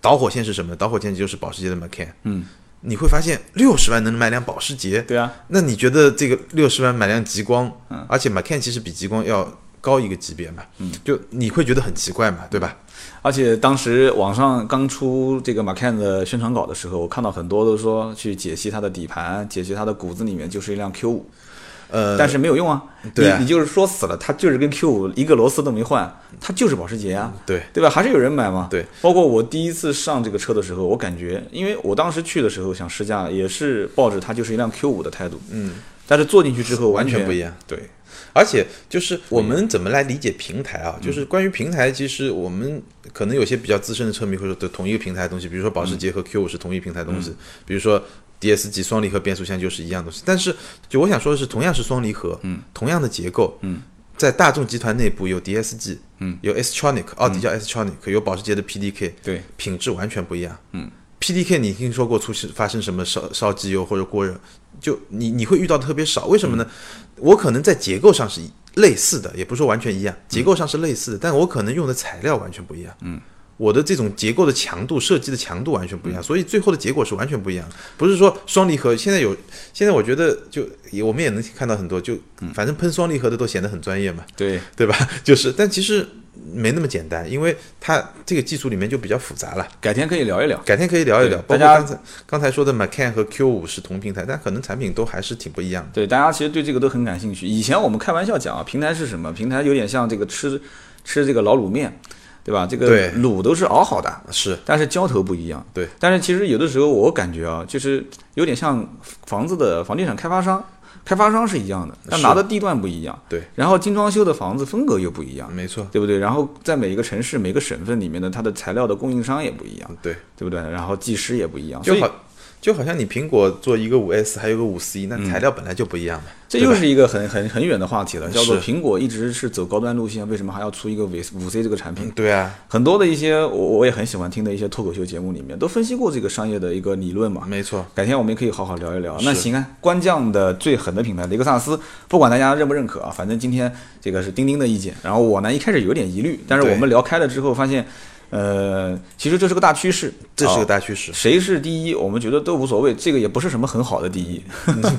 Speaker 3: 导火线是什么呢？导火线就是保时捷的 Macan，
Speaker 2: 嗯，
Speaker 3: 你会发现六十万能买辆保时捷，
Speaker 2: 对啊，嗯
Speaker 3: 那你觉得这个六十万买辆极光，而且 Macan 其实比极光要高一个级别嘛，就你会觉得很奇怪嘛，对吧？
Speaker 2: 而且当时网上刚出这个 Macan 的宣传稿的时候，我看到很多都说去解析它的底盘，解析它的骨子里面就是一辆 Q 五，
Speaker 3: 呃，
Speaker 2: 但是没有用啊，
Speaker 3: 对啊
Speaker 2: 你你就是说死了，它就是跟 Q 五一个螺丝都没换，它就是保时捷啊，
Speaker 3: 对
Speaker 2: 对吧？还是有人买嘛，
Speaker 3: 对。
Speaker 2: 包括我第一次上这个车的时候，我感觉，因为我当时去的时候想试驾，也是抱着它就是一辆 Q 五的态度，嗯。但是坐进去之后
Speaker 3: 完
Speaker 2: 全
Speaker 3: 全不一样
Speaker 2: 对，
Speaker 3: 而且就是我们怎么来理解平台啊？就是关于平台，其实我们可能有些比较资深的车迷会说，对同一个平台的东西，比如说保时捷和 Q 五是同一平台的东西，比如说 DSG 双离合变速箱就是一样东西。但是就我想说的是，同样是双离合，嗯，同样的结构，嗯。在大众集团内部有 DSG，嗯，有 S-tronic，奥迪叫 S-tronic，有保时捷的 PDK，
Speaker 2: 对，
Speaker 3: 品质完全不一样，嗯，PDK 你听说过出现发生什么烧烧机油或者过热，就你你会遇到的特别少，为什么呢？我可能在结构上是一类似的，也不是说完全一样，结构上是类似的，但我可能用的材料完全不一样。嗯，我的这种结构的强度、设计的强度完全
Speaker 2: 嗯
Speaker 3: 不一样，所以最后的结果是完全不一样的。不是说双离合，现在有，现在我觉得就也我们也能看到很多，就
Speaker 2: 嗯
Speaker 3: 反正喷双离合的都显得很专业嘛， <laughs>
Speaker 2: 对，
Speaker 3: 对吧？就是，但其实没那么简单，因为它这个技术里面就比较复杂了。
Speaker 2: 改天可以聊一聊。
Speaker 3: 改天可以聊一聊，包
Speaker 2: 对
Speaker 3: 括
Speaker 2: 大家
Speaker 3: 刚才刚才说的 Macan 和 Q 五是同平台，但可能产品都还是挺不一样的。
Speaker 2: 对，大家其实对这个都很感兴趣。以前我们开玩笑讲啊，平台是什么？平台有点像这个吃吃这个老卤面，对吧？这个
Speaker 3: 对
Speaker 2: 卤都是熬好的，
Speaker 3: 是，
Speaker 2: 但是浇头不一样。
Speaker 3: 对，
Speaker 2: 但是其实有的时候我感觉啊，就是有点像房子的房地产开发商，开发商是一样的，但
Speaker 3: 是
Speaker 2: 拿的地段不一样。
Speaker 3: 对，
Speaker 2: 然后精装修的房子风格又不一样，
Speaker 3: 没错，
Speaker 2: 对不对？然后在每一个城市、每个省份里面呢，它的材料的供应商也不一样，
Speaker 3: 对，
Speaker 2: 对不对？然后技师也不一样，
Speaker 3: 嗯就
Speaker 2: 啊所以
Speaker 3: 好就好像你苹果做一个五 S，还有个五 C，那
Speaker 2: 嗯
Speaker 3: 材料本来就不一样嘛。
Speaker 2: 这
Speaker 3: 对吧
Speaker 2: 又是一个很很很远的话题了，叫做
Speaker 3: 是
Speaker 2: 苹果一直是走高端路线，为什么还要出一个五五 C 这个产品？
Speaker 3: 对啊，
Speaker 2: 很多的一些我我也很喜欢听的一些脱口秀节目里面都分析过这个商业的一个理论嘛。
Speaker 3: 没错，
Speaker 2: 改天我们也可以好好聊一聊。那行啊，官降的最狠的品牌雷克萨斯，不管大家认不认可啊，反正今天这个是丁丁的意见。然后我呢一开始有点疑虑，但是
Speaker 3: 对
Speaker 2: 我们聊开了之后发现，呃，其实这是个大趋势，
Speaker 3: 这是
Speaker 2: 啊
Speaker 3: 个大趋势。 <laughs>
Speaker 2: 谁是第一，我们觉得都无所谓，这个也不是什么很好的第
Speaker 3: <laughs>
Speaker 2: 一。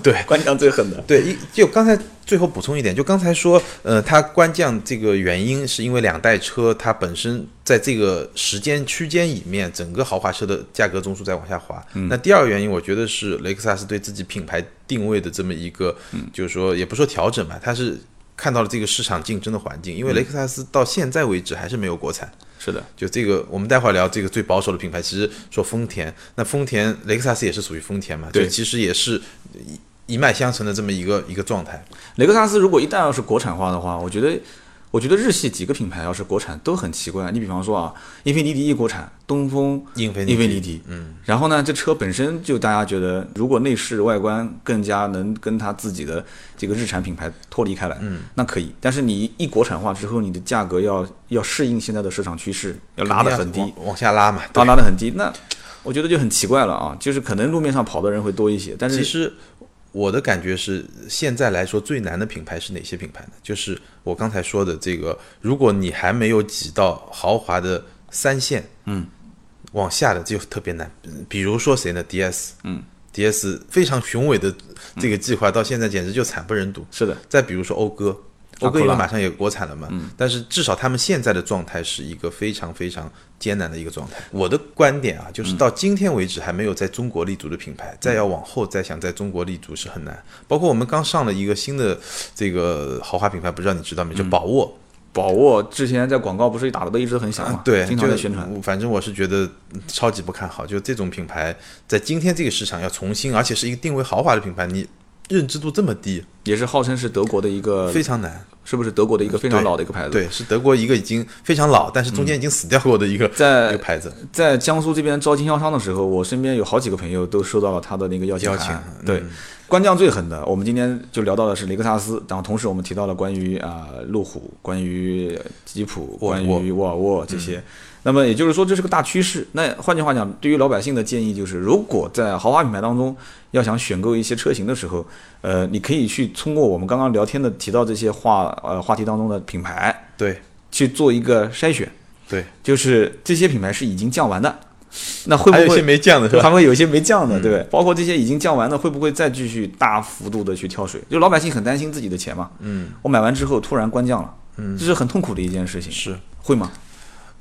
Speaker 3: 对
Speaker 2: 官降最狠的，
Speaker 3: 对，一就刚才最后补充一点，就刚才说，呃，它官降这个原因是因为两代车它本身在这个时间区间里面，整个豪华车的价格中枢在往下滑。
Speaker 2: 嗯
Speaker 3: 那第二个原因，我觉得是雷克萨斯对自己品牌定位的这么一个，
Speaker 2: 嗯
Speaker 3: 就是说也不说调整吧，它是看到了这个市场竞争的环境，
Speaker 2: 嗯
Speaker 3: 因为雷克萨斯到现在为止还是没有国产。
Speaker 2: 是的，
Speaker 3: 就这个，我们待会儿聊这个最保守的品牌。其实说丰田，那丰田雷克萨斯也是属于丰田嘛，
Speaker 2: 对
Speaker 3: 就其实也是一一脉相承的这么一个一个状态。
Speaker 2: 雷克萨斯如果一旦要是国产化的话，我觉得，我觉得日系几个品牌要是国产都很奇怪。你比方说啊，英菲尼迪一国产，东风
Speaker 3: 英菲尼迪
Speaker 2: 英菲尼迪，嗯，然后呢，这车本身就大家觉得，如果内饰外观更加能跟它自己的这个日产品牌脱离开来，嗯，那可以。但是你一国产化之后，你的价格要要适应现在的市场趋势，
Speaker 3: 啊
Speaker 2: 要拉得很低，
Speaker 3: 往，往下拉嘛。
Speaker 2: 要拉得很低，那我觉得就很奇怪了啊。就是可能路面上跑的人会多一些，但是
Speaker 3: 其实我的感觉是，现在来说最难的品牌是哪些品牌呢？就是我刚才说的这个，如果你还没有挤到豪华的三线，嗯，往下的就特别难。比如说谁呢？DS，嗯，DS 非常雄伟的这个计划到现在简直就惨不忍睹。
Speaker 2: 是的，
Speaker 3: 再比如说讴歌，
Speaker 2: 阿
Speaker 3: 讴歌
Speaker 2: 库
Speaker 3: 因为
Speaker 2: 拉
Speaker 3: 马上也国产了嘛，
Speaker 2: 嗯
Speaker 3: 但是至少他们现在的状态是一个非常非常艰难的一个状态。我的观点啊，
Speaker 2: 嗯
Speaker 3: 就是到今天为止还没有在中国立足的品牌，再要往后再想在中国立足是很难。包括我们刚上了一个新的这个豪华品牌，不知道你知道没？就
Speaker 2: 嗯
Speaker 3: 宝沃，
Speaker 2: 宝沃之前在广告不是打的都一直很响嘛，
Speaker 3: 啊对，
Speaker 2: 经常在
Speaker 3: 就
Speaker 2: 宣传。
Speaker 3: 我反正我是觉得嗯超级不看好，就这种品牌在今天这个市场要重新，而且是一个定位豪华的品牌，你认知度这么低，
Speaker 2: 也是号称是德国的一个，
Speaker 3: 非常难。
Speaker 2: 是不是德国的一个非常老的一个牌子？，
Speaker 3: 对，是德国一个已经非常老，但是中间已经死掉过的一个、
Speaker 2: 在
Speaker 3: 一个牌子。
Speaker 2: 在江苏这边招经销商的时候，我身边有好几个朋友都收到了他的那个邀请
Speaker 3: 邀请嗯
Speaker 2: 函。对，官降最狠的，我们今天就聊到的是雷克萨斯，然后同时我们提到了关于啊、路虎、关于呃吉普、
Speaker 3: 沃嗯
Speaker 2: 关
Speaker 3: 尔沃
Speaker 2: 于沃尔沃这些。那么也就是说，这是个大趋势。那换句话讲，对于老百姓的建议就是，如果在豪华品牌当中要想选购一些车型的时候，呃，你可以去通过我们刚刚聊天的提到这些话呃话题当中的品牌，
Speaker 3: 对
Speaker 2: 去做一个筛选，
Speaker 3: 对，
Speaker 2: 就是这些品牌是已经降完的，那会不
Speaker 3: 还
Speaker 2: 会
Speaker 3: 有一些没降的是
Speaker 2: 对还
Speaker 3: 吧？嗯
Speaker 2: 会有一些没降的，对不对？包括这些已经降完的，会不会再继续大幅度的去跳水？就老百姓很担心自己的钱嘛。嗯，我买完之后突然官降了，嗯，这是很痛苦的一件事情。
Speaker 3: 是，
Speaker 2: 会吗？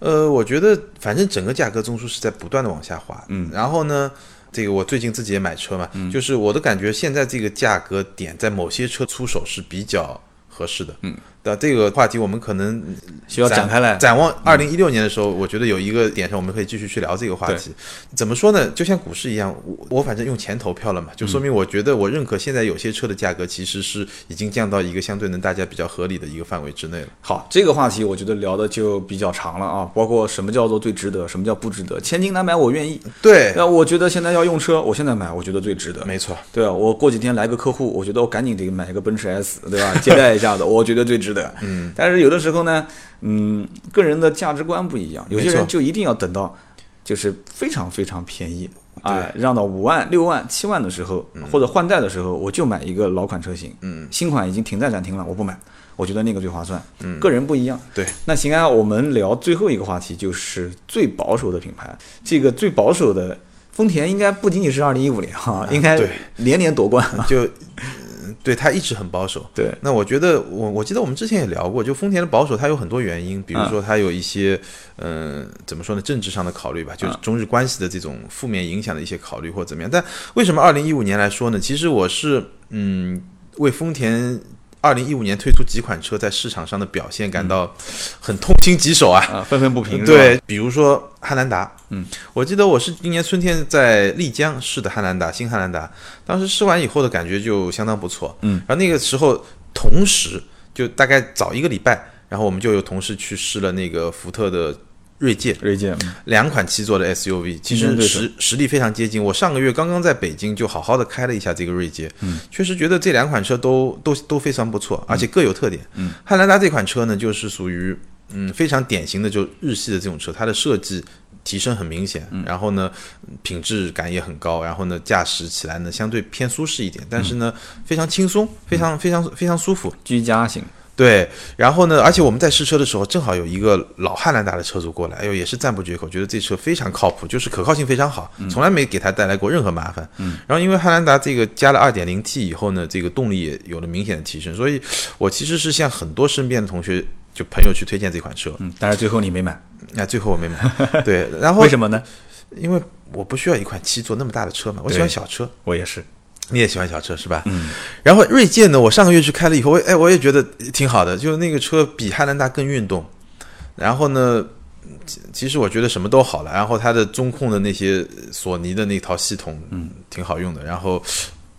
Speaker 3: 呃，我觉得反正整个价格中枢是在不断的往下滑。嗯，然后呢？这个我最近自己也买车嘛，
Speaker 2: 嗯
Speaker 3: 就是我的感觉，现在这个价格点在某些车出手是比较合适的。嗯，那这个话题我们可能呃
Speaker 2: 需要展开来。嗯
Speaker 3: 展望二零一六年的时候，我觉得有一个点上我们可以继续去聊这个话题。
Speaker 2: 嗯
Speaker 3: 怎么说呢？就像股市一样，我我反正用钱投票了嘛，就
Speaker 2: 嗯
Speaker 3: 说明我觉得我认可现在有些车的价格其实是已经降到一个相对能大家比较合理的一个范围之内了。
Speaker 2: 好，这个话题我觉得聊的就比较长了啊，包括什么叫做最值得，什么叫不值得，千金难买我愿意。
Speaker 3: 对，
Speaker 2: 那我觉得现在要用车，我现在买，我觉得最值得。
Speaker 3: 没错，
Speaker 2: 对啊，我过几天来个客户，我觉得我赶紧得买一个奔驰 S，对吧？ <laughs> 接待一下子，我觉得最值得。嗯，但是有的时候呢，嗯，个人的价值观不一样，有些
Speaker 3: 没错
Speaker 2: 人就一定要等到就是非常非常便宜啊，让到五万、六万、七万的时候，或者换代的时候，我就买一个老款车型。嗯，新款已经停在展厅了，我不买，我觉得那个最划算。嗯，个人不一样。
Speaker 3: 对，
Speaker 2: 那行啊，我们聊最后一个话题，就是最保守的品牌。这个最保守的，丰田应该不仅仅是二零一五年哈、应该
Speaker 3: 对
Speaker 2: 连年夺冠啊。
Speaker 3: <laughs> 就。嗯对它一直很保守，
Speaker 2: 对
Speaker 3: 那我觉得我我记得我们之前也聊过，就丰田的保守，它有很多原因，比如说它有一些，嗯、怎么说呢，政治上的考虑吧，就是中日关系的这种负面影响的一些考虑或怎么样。但为什么二零一五年来说呢？其实我是嗯，为丰田二零一五年推出几款车在市场上的表现感到很痛心疾首啊。
Speaker 2: 啊，愤愤不平。是吧，
Speaker 3: 对，比如说汉兰达，嗯，我记得我是今年春天在丽江试的汉兰达，新汉兰达，当时试完以后的感觉就相当不错，嗯，然后那个时候同时就大概早一个礼拜，然后我们就有同事去试了那个福特的锐界，
Speaker 2: 锐界，
Speaker 3: 两款七座的 SUV，其
Speaker 2: 竞争
Speaker 3: 实
Speaker 2: 对手
Speaker 3: 实实力非常接近。我上个月刚刚在北京就好好的开了一下这个锐界，确实觉得这两款车都都都非常不错，而且各有特点。汉兰达这款车呢，就是属于嗯非常典型的就日系的这种车，它的设计。提升很明显，然后呢，品质感也很高，然后呢，驾驶起来呢相对偏舒适一点，但是呢，非常轻松，非常非常非常舒服。
Speaker 2: 居家型，
Speaker 3: 对，然后呢，而且我们在试车的时候，正好有一个老汉兰达的车主过来，哎呦，也是赞不绝口，觉得这车非常靠谱，就是可靠性非常好，
Speaker 2: 嗯
Speaker 3: 从来没给他带来过任何麻烦。嗯，然后因为汉兰达这个加了 2.0T 以后呢，这个动力也有了明显的提升，所以我其实是向很多身边的同学就朋友去推荐这款
Speaker 2: <laughs>
Speaker 3: 车，
Speaker 2: 嗯，但是最后你没买，
Speaker 3: 那、最后我没买。对，然后
Speaker 2: 为什么呢？
Speaker 3: 因为我不需要一款七座那么大的车嘛，我喜欢小车。
Speaker 2: 我也是，
Speaker 3: 你也喜欢小车是吧？嗯。然后锐界呢，我上个月去开了以后，我哎，我也觉得挺好的，就是那个车比汉兰达更运动。然后呢，其其实我觉得什么都好了。然后它的中控的那些索尼的那套系统，嗯，挺好用的。然后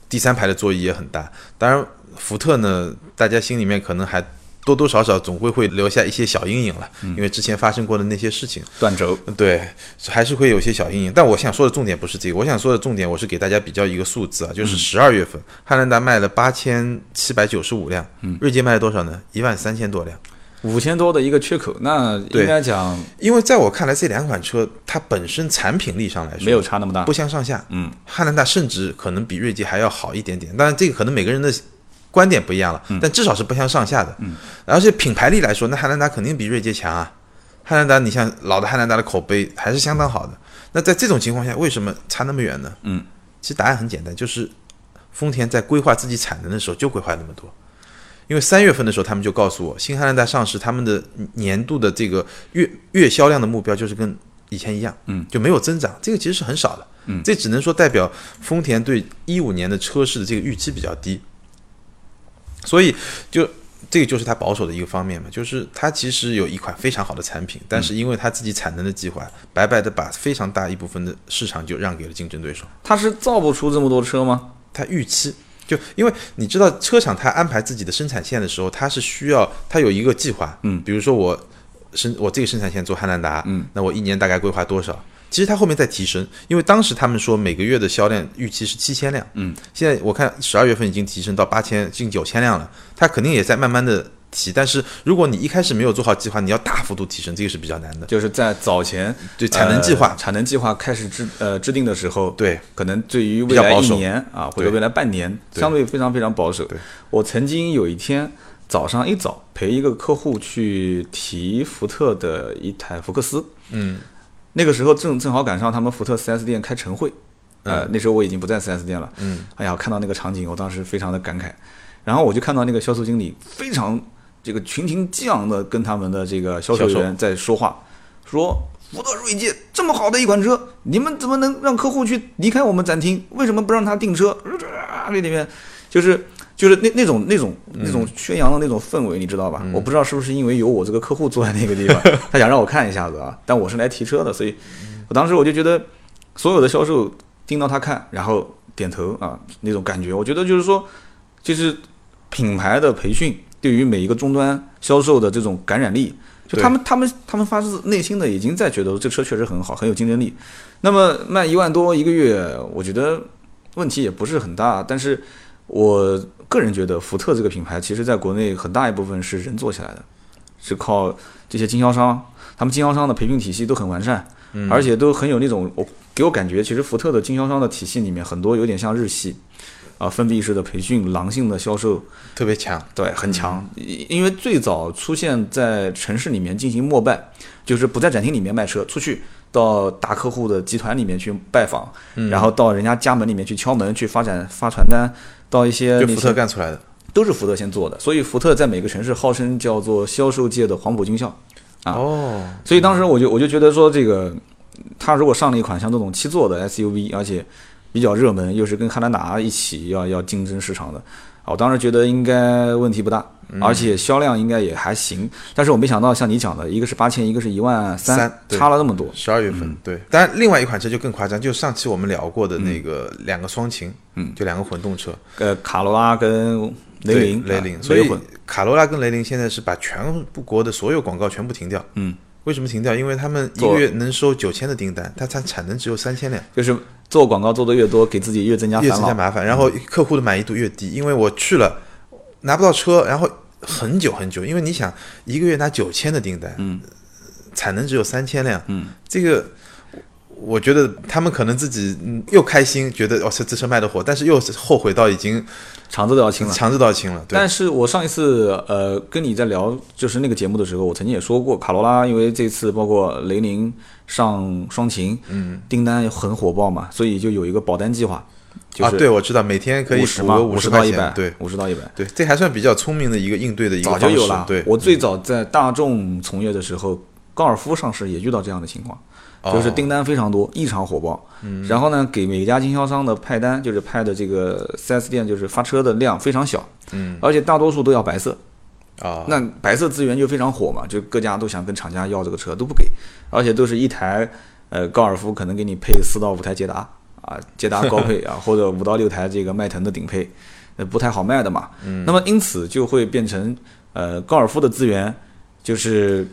Speaker 3: 第三排的座椅也很大。当然，福特呢，大家心里面可能还多多少少总会会留下一些小阴影了，因为之前发生过的那些事情。
Speaker 2: 断轴，
Speaker 3: 对，还是会有些小阴影。但我想说的重点不是这个，我想说的重点，我是给大家比较一个数字啊，
Speaker 2: 嗯
Speaker 3: 就是十二月份，汉兰达卖了八千七百九十五辆，
Speaker 2: 嗯
Speaker 3: 锐界卖了多少呢？一万三千多辆。
Speaker 2: 五千多的一个缺口，那应该讲
Speaker 3: 因为在我看来，这两款车它本身产品力上来说
Speaker 2: 没有差那么大
Speaker 3: 不。相上下。嗯，汉兰达甚至可能比锐界还要好一点点，当然这个可能每个人的观点不一样了，但至少是不相上下的。嗯，而且品牌力来说，那汉兰达肯定比锐界强啊。汉兰达，你像老的汉兰达的口碑还是相当好的。那在这种情况下，为什么差那么远呢？嗯，其实答案很简单，就是丰田在规划自己产能的时候就规划那么多。因为三月份的时候，他们就告诉我，新汉兰达上市，他们的年度的这个月月销量的目标就是跟以前一样，嗯，就没有增长，这个其实是很少的，嗯，这只能说代表丰田对一五年的车市的这个预期比较低，所以就这个就是它保守的一个方面嘛，就是它其实有一款非常好的产品，但是因为它自己产能的计划，白白的把非常大一部分的市场就让给了竞争对手，
Speaker 2: 它是造不出这么多车吗？
Speaker 3: 它预期。就因为你知道，车厂它安排自己的生产线的时候，它是需要它有一个计划，嗯，比如说我生我这个生产线做汉兰达，嗯，那我一年大概规划多少？其实它后面在提升，因为当时他们说每个月的销量预期是七千辆，嗯，现在我看十二月份已经提升到八千近九千辆了，它肯定也在慢慢的提，但是如果你一开始没有做好计划，你要大幅度提升，这个是比较难的。
Speaker 2: 就是在早前
Speaker 3: 对产能计划
Speaker 2: 呃产能计划开始制呃制定的时候，
Speaker 3: 对，
Speaker 2: 可能对于
Speaker 3: 比
Speaker 2: 未
Speaker 3: 较
Speaker 2: 来
Speaker 3: 保
Speaker 2: 一
Speaker 3: 守
Speaker 2: 年啊或者
Speaker 3: 对
Speaker 2: 未来半年，相对非常非常保守。我曾经有一天早上一早陪一个客户去提福特的一台福克斯，
Speaker 3: 嗯，
Speaker 2: 那个时候正正好赶上他们福特 4S 店开晨会，呃，
Speaker 3: 嗯
Speaker 2: 那时候我已经不在 4S 店了，嗯，哎呀，我看到那个场景，我当时非常的感慨，然后我就看到那个销售经理非常这个群情激昂的跟他们的这个销售
Speaker 3: 销售
Speaker 2: 员在说话，说福特锐界这么好的一款车，你们怎么能让客户去离开我们展厅？为什么不让他订车？啊，这里面就是。就是那那种那种那种宣扬的那种氛围，你知道吧？我不知道是不是因为有我这个客户坐在那个地方，他想让我看一下子啊，但我是来提车的，所以我当时我就觉得，所有的销售盯到他看，然后点头啊那种感觉，我觉得就是说，就是品牌的培训对于每一个终端销售的这种感染力，就
Speaker 3: 对
Speaker 2: 他们他们他们发自内心的已经在觉得这车确实很好，很有竞争力。那么卖一万多一个月，我觉得问题也不是很大，但是我个人觉得福特这个品牌其实在国内很大一部分是人做起来的，是靠这些经销商，他们经销商的培训体系都很完善，而且都很有那种我给我感觉，其实福特的经销商的体系里面很多有点像日系，啊、封闭式的培训、狼性的销售，
Speaker 3: 特别强，
Speaker 2: 对，很强。因因为最早出现在城市里面进行膜拜，就是不在展厅里面卖车，出去到大客户的集团里面去拜访，
Speaker 3: 嗯
Speaker 2: 然后到人家家门里面去敲门，去发展发传单，到一些
Speaker 3: 就
Speaker 2: 那
Speaker 3: 福
Speaker 2: 些
Speaker 3: 特干出来的。
Speaker 2: 都是福特先做的，所以福特在每个城市号称叫做销售界的黄埔军校。
Speaker 3: 哦，
Speaker 2: 所以当时我就我就觉得说，这个他如果上了一款像这种七座的 SUV，而且比较热门，又是跟汉兰达一起要要竞争市场的，啊，我当时觉得应该问题不大，而且销量应该也还行。但是我没想到像你讲的，一个是八千，一个是一万三
Speaker 3: 三，对
Speaker 2: 差了那么多。
Speaker 3: 十二月份，对。当然，另外一款车就更夸张，就上期我们聊过的那个两个双擎，嗯，就两个混动车，
Speaker 2: 呃，卡罗拉跟雷
Speaker 3: 对
Speaker 2: 凌，
Speaker 3: 雷
Speaker 2: 啊
Speaker 3: 凌。所
Speaker 2: 雷
Speaker 3: 以
Speaker 2: 混，
Speaker 3: 卡罗拉跟雷凌现在是把全国的所有广告全部停掉，嗯。为什么停掉？因为他们一
Speaker 2: 做
Speaker 3: 个月能收九千的订单，它它产能只有三千辆，
Speaker 2: 就是做广告做的越多，给自己越增加
Speaker 3: 越
Speaker 2: 啊烦
Speaker 3: 增加
Speaker 2: 恼。嗯
Speaker 3: 麻烦，然后客户的满意度越低。因为我去了拿不到车，然后很久很久，因为你想一个月拿九千的订单，嗯，产能只有三千辆，嗯，这个。我觉得他们可能自己嗯又开心，觉得哦这这车卖的火，但是又后悔到已经
Speaker 2: 肠子都要青了。
Speaker 3: 强制到清了。对，
Speaker 2: 但是我上一次呃跟你在聊就是那个节目的时候，我曾经也说过，卡罗拉因为这次包括雷凌上双擎，嗯，订单很火爆嘛，所以就有一个保单计划，就
Speaker 3: 啊，
Speaker 2: 是
Speaker 3: 对我知道，每天可以
Speaker 2: 五十
Speaker 3: 补
Speaker 2: 嘛，
Speaker 3: 个
Speaker 2: 五
Speaker 3: 十
Speaker 2: 到
Speaker 3: 块
Speaker 2: 一
Speaker 3: 钱
Speaker 2: 百，，
Speaker 3: 对
Speaker 2: 五十到一百，
Speaker 3: 对，这还算比较聪明的一个应对的一个
Speaker 2: 早
Speaker 3: 方
Speaker 2: 就
Speaker 3: 式。
Speaker 2: 有了。
Speaker 3: 对，
Speaker 2: 我最早在大众从业的时候，高尔夫上市也遇到这样的情况，
Speaker 3: 哦
Speaker 2: 就是订单非常多，异常火爆。
Speaker 3: 嗯
Speaker 2: 然后呢，给每家经销商的派单，就是派的这个 4S 店，就是发车的量非常小，嗯，而且大多数都要白色。
Speaker 3: 啊，
Speaker 2: 那白色资源就非常火嘛，就各家都想跟厂家要这个车，都不给，而且都是一台呃高尔夫可能给你配四到五台捷达啊，捷达高配啊，或者五到六台这个迈腾的顶配，呃不太好卖的嘛。那么因此就会变成呃高尔夫的资源就是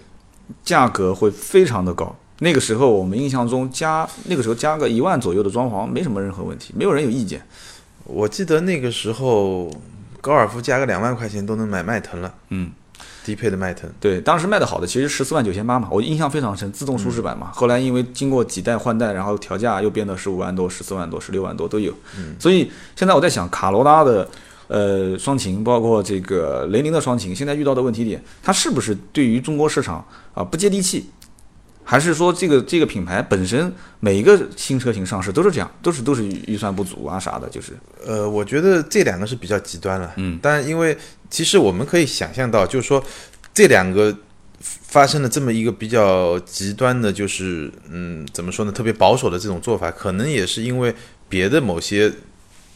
Speaker 2: 价格会非常的高。那个时候我们印象中加那个时候加个一万左右的装潢没什么任何问题，没有人有意见。
Speaker 3: 我记得那个时候高尔夫加个两万块钱都能买迈腾了，
Speaker 2: 嗯，
Speaker 3: 低配的迈腾。
Speaker 2: 对，当时卖的好的其实十四万九千八嘛，我印象非常深，自动舒适版嘛。后来因为经过几代换代，然后调价又变得十五万多、十四万多、十六万多都有。所以现在我在想，卡罗拉的呃双擎，包括这个雷凌的双擎，现在遇到的问题点，它是不是对于中国市场啊、不接地气？还是说这个这个品牌本身每一个新车型上市都是这样，都是都是预算不足啊啥的，就是
Speaker 3: 呃，我觉得这两个是比较极端了。嗯，但因为其实我们可以想象到，就是说这两个发生了这么一个比较极端的，就是嗯，怎么说呢，特别保守的这种做法，可能也是因为别的某些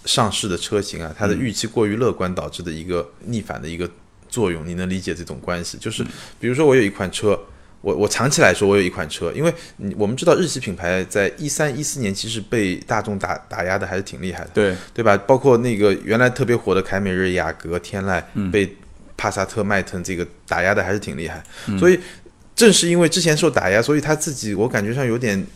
Speaker 3: 上市的车型啊，它的预期过于乐观导致的一个逆反的一个作用。你能理解这种关系？就是比如说我有一款车。我我长期来说，我有一款车，因为你我们知道日系品牌在一三一四年其实被大众打打压的还是挺厉害的，
Speaker 2: 对
Speaker 3: 对吧？包括那个原来特别火的凯美瑞、雅阁、天籁，被帕萨特、迈腾这个打压的还是挺厉害。
Speaker 2: 嗯
Speaker 3: 所以正是因为之前受打压，所以他自己我感觉上有点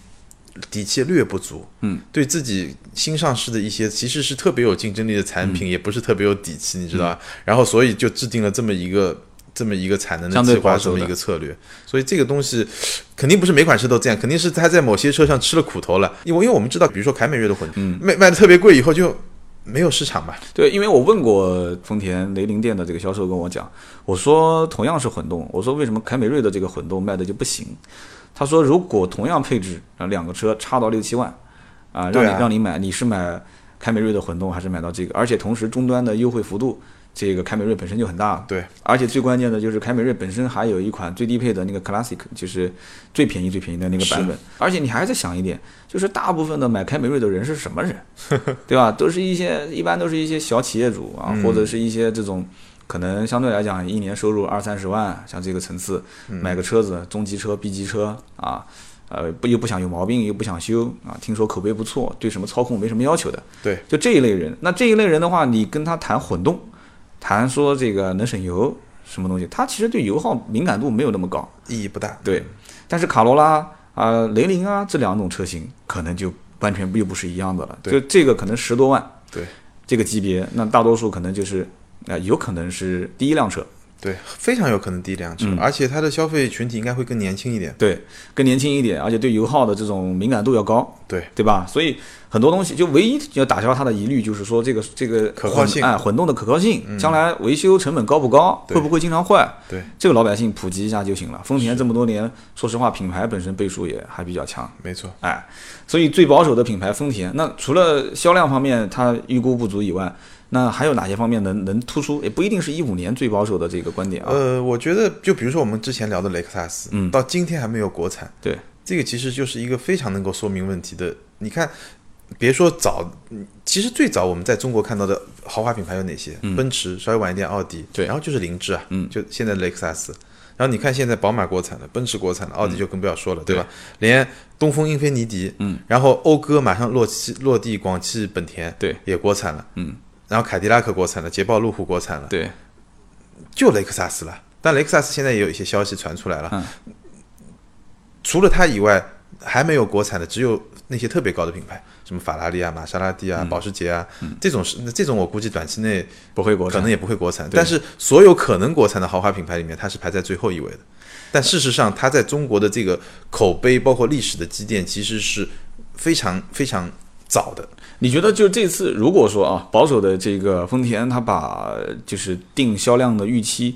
Speaker 3: 底气略不足。
Speaker 2: 嗯，
Speaker 3: 对自己新上市的一些其实是特别有竞争力的产
Speaker 2: 嗯
Speaker 3: 品，也不是特别有底气，你知道吧？然后所以就制定了这么一个。这么一个产能的
Speaker 2: 相对
Speaker 3: 计划，
Speaker 2: 保
Speaker 3: 这
Speaker 2: 守
Speaker 3: 么
Speaker 2: 的
Speaker 3: 一个策略，所以这个东西肯定不是每款车都这样，肯定是他在某些车上吃了苦头了。因为因为我们知道，比如说凯美瑞的混，
Speaker 2: 嗯
Speaker 3: 卖卖的特别贵，以后就没有市场嘛。
Speaker 2: 对，因为我问过丰田雷凌店的这个销售跟我讲，我说同样是混动，我说为什么凯美瑞的这个混动卖的就不行？他说如果同样配置啊，两个车差到六七万啊，让
Speaker 3: 对
Speaker 2: 你
Speaker 3: 啊
Speaker 2: 让你买，你是买凯美瑞的混动还是买到这个？而且同时终端的优惠幅度，这个凯美瑞本身就很大，
Speaker 3: 对，
Speaker 2: 而且最关键的就是凯美瑞本身还有一款最低配的那个 Classic，就是最便宜最便宜的那个版本。而且你还在想一点，就是大部分的买凯美瑞的人是什么人， <laughs> 对吧？都是一些一般都是一些小企业主啊，或者是一些这种可能相对来讲一年收入二三十万，像这个层次买个车子，中级车、B 级车啊。呃，不又不想有毛病，又不想修啊，听说口碑不错，对什么操控没什么要求的，
Speaker 3: 对，
Speaker 2: 就这一类人。那这一类人的话，你跟他谈混动，谈说这个能省油什么东西，他其实对油耗敏感度没有那么高。
Speaker 3: 意义不大。
Speaker 2: 对，但是卡罗拉啊、雷凌啊这两种车型可能就完全又不是一样的了。
Speaker 3: 对
Speaker 2: 就这个可能十多万
Speaker 3: 对
Speaker 2: 这个级别，那大多数可能就是啊、呃有可能是第一辆车，
Speaker 3: 对，非常有可能第一辆车，而且它的消费群体应该会更年轻一点。
Speaker 2: 对，更年轻一点，而且对油耗的这种敏感度要高。
Speaker 3: 对，
Speaker 2: 对吧？所以很多东西就唯一要打消他的疑虑，就是说这个这个
Speaker 3: 可靠性嗯
Speaker 2: 混哎，混动的可靠性，将来维修成本高不高，
Speaker 3: 对
Speaker 2: 会不会经常坏？
Speaker 3: 对，
Speaker 2: 这个老百姓普及一下就行了。丰田这么多年，说实话，品牌本身背书也还比较强，
Speaker 3: 没错。
Speaker 2: 哎，所以最保守的品牌丰田，那除了销量方面它预估不足以外，那还有哪些方面能能突出？也不一定是一五年最保守的这个观点啊。
Speaker 3: 呃，我觉得就比如说我们之前聊的雷克萨斯，嗯，到今天还没有国产，
Speaker 2: 对，
Speaker 3: 这个其实就是一个非常能够说明问题的。你看，别说早，嗯其实最早我们在中国看到的豪华品牌有哪些？奔驰，稍微晚一点奥迪，
Speaker 2: 对
Speaker 3: 然后就是凌志啊，嗯，就现在雷克萨斯。然后你看，现在宝马国产了，奔驰国产了，奥迪就更不要说了，对吧？连东风英菲尼迪，嗯，然后讴歌马上落地落地广汽本田，
Speaker 2: 对，
Speaker 3: 也国产了，嗯，然后凯迪拉克国产了，捷豹路虎国产了，
Speaker 2: 对，嗯
Speaker 3: 就雷克萨斯了。但雷克萨斯现在也有一些消息传出来了，除了它以外，还没有国产的，只有那些特别高的品牌，什么法拉利啊、玛莎拉蒂啊、保时捷啊，这种是那这种我估计短期内
Speaker 2: 嗯不会国
Speaker 3: 可
Speaker 2: 产
Speaker 3: 能也不会国产。但是所有可能国产的豪华品牌里面，它是排在最后一位的。但事实上，它在中国的这个口碑，包括历史的积淀，其实是非常非常早的。
Speaker 2: 你觉得就这次，如果说啊，保守的这个丰田，它把就是定销量的预期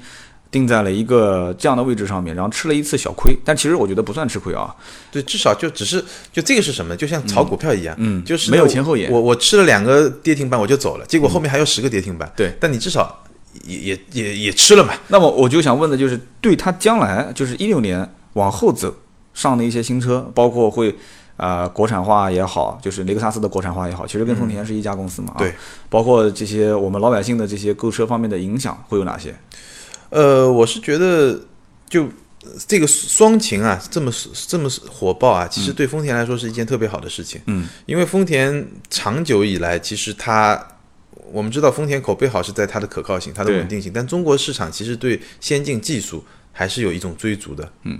Speaker 2: 定在了一个这样的位置上面，然后吃了一次小亏，但其实我觉得不算吃亏啊。
Speaker 3: 对，至少就只是就这个是什么？就像炒股票一样，
Speaker 2: 嗯嗯
Speaker 3: 就是
Speaker 2: 没有前后眼嗯
Speaker 3: 我我吃了两个跌停板我就走了，结果后面还有十个跌停板。
Speaker 2: 对
Speaker 3: 但你至少也也也也吃了嘛。
Speaker 2: 那么我就想问的就是，对它将来就是一六年往后走上的一些新车，包括会啊、呃国产化也好，就是雷克萨斯的国产化也好，其实跟丰田是一家公司嘛、啊
Speaker 3: 对，
Speaker 2: 包括这些我们老百姓的这些购车方面的影响会有哪些？
Speaker 3: 呃，我是觉得就呃这个双擎啊，这么这么火爆啊，其实对丰田来说是一件特别好的事情。
Speaker 2: 嗯，
Speaker 3: 因为丰田长久以来，其实它我们知道丰田口碑好是在它的可靠性、它的
Speaker 2: 对
Speaker 3: 稳定性，但中国市场其实对先进技术。还是有一种追逐的，嗯，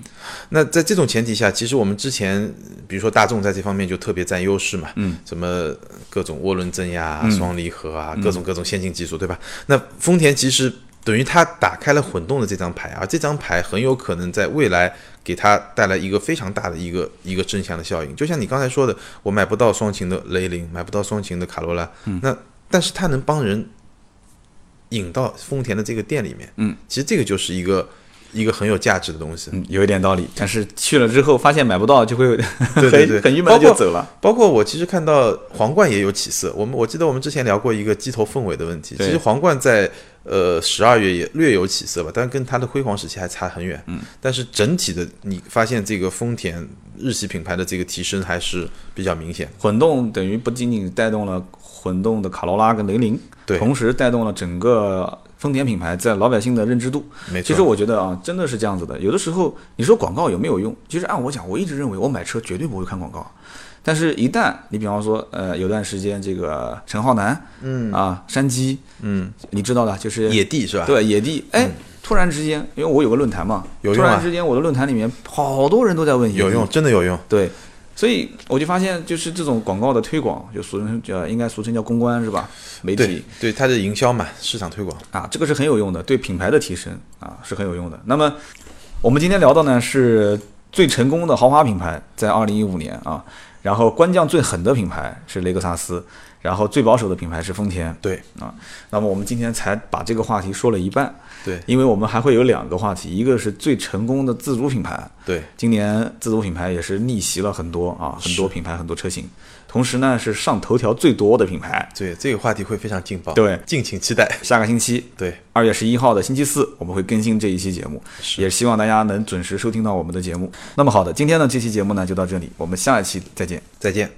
Speaker 3: 那在这种前提下，其实我们之前，比如说大众在这方面就特别占优势嘛，嗯，什么各种涡轮增压、啊、双离合啊，各种各种先进技术，对吧？那丰田其实等于它打开了混动的这张牌，而这张牌很有可能在未来给它带来一个非常大的一个一个正向的效应。就像你刚才说的，我买不到双擎的雷凌，买不到双擎的卡罗拉，
Speaker 2: 嗯
Speaker 3: 那但是它能帮人引到丰田的这个店里面，嗯，其实这个就是一个一个很有价值的东西。
Speaker 2: 嗯，有一点道理，但是去了之后发现买不到，就会
Speaker 3: 对对对
Speaker 2: 很很郁闷
Speaker 3: 包
Speaker 2: 地
Speaker 3: 括
Speaker 2: 就走了。
Speaker 3: 包括我其实看到皇冠也有起色，我们我记得我们之前聊过一个鸡头凤尾的问题，其
Speaker 2: 对
Speaker 3: 实皇冠在呃十二月也略有起色吧，但跟它的辉煌时期还差很远。嗯，但是整体的你发现这个丰田日系品牌的这个提升还是比较明显的。
Speaker 2: 混动等于不仅仅带动了混动的卡罗拉跟雷凌，
Speaker 3: 对
Speaker 2: 同时带动了整个丰田品牌在老百姓的认知度。
Speaker 3: 没错
Speaker 2: 其实我觉得啊，真的是这样子的。有的时候你说广告有没有用？其实按我讲，我一直认为我买车绝对不会看广告，但是一旦你比方说，呃，有段时间这个陈浩南，嗯啊，山鸡，
Speaker 3: 嗯，
Speaker 2: 你知道的，就是
Speaker 3: 野地是吧？，嗯
Speaker 2: 对，野地，哎，突然之间，因为我有个论坛嘛，
Speaker 3: 有
Speaker 2: 突
Speaker 3: 用啊
Speaker 2: 然之间，我的论坛里面好多人都在问野
Speaker 3: 有
Speaker 2: 地
Speaker 3: 用，，真的有用。
Speaker 2: 对，所以我就发现，就是这种广告的推广，就俗称呃，应该俗称叫公关是吧？媒
Speaker 3: 对
Speaker 2: 体
Speaker 3: 对，它的营销嘛，市场推广。
Speaker 2: 啊，这个是很有用的，对品牌的提升啊是很有用的。那么我们今天聊到呢是最成功的豪华品牌，在二零一五年啊，然后官降最狠的品牌是雷克萨斯，然后最保守的品牌是丰田。
Speaker 3: 对
Speaker 2: 啊，那么我们今天才把这个话题说了一半，
Speaker 3: 对
Speaker 2: 因为我们还会有两个话题，一个是最成功的自主品牌，
Speaker 3: 对，
Speaker 2: 今年自主品牌也是逆袭了很多啊，很多品牌很多车型，同时呢是上头条最多的品牌。
Speaker 3: 对，这个话题会非常劲爆。
Speaker 2: 对
Speaker 3: 敬请期待。
Speaker 2: 下个星期
Speaker 3: 对，
Speaker 2: 二月十一号的星期四，我们会更新这一期节目，也希望大家能准时收听到我们的节目。那么好的，今天的这期节目呢就到这里，我们下一期再见。
Speaker 3: 再见。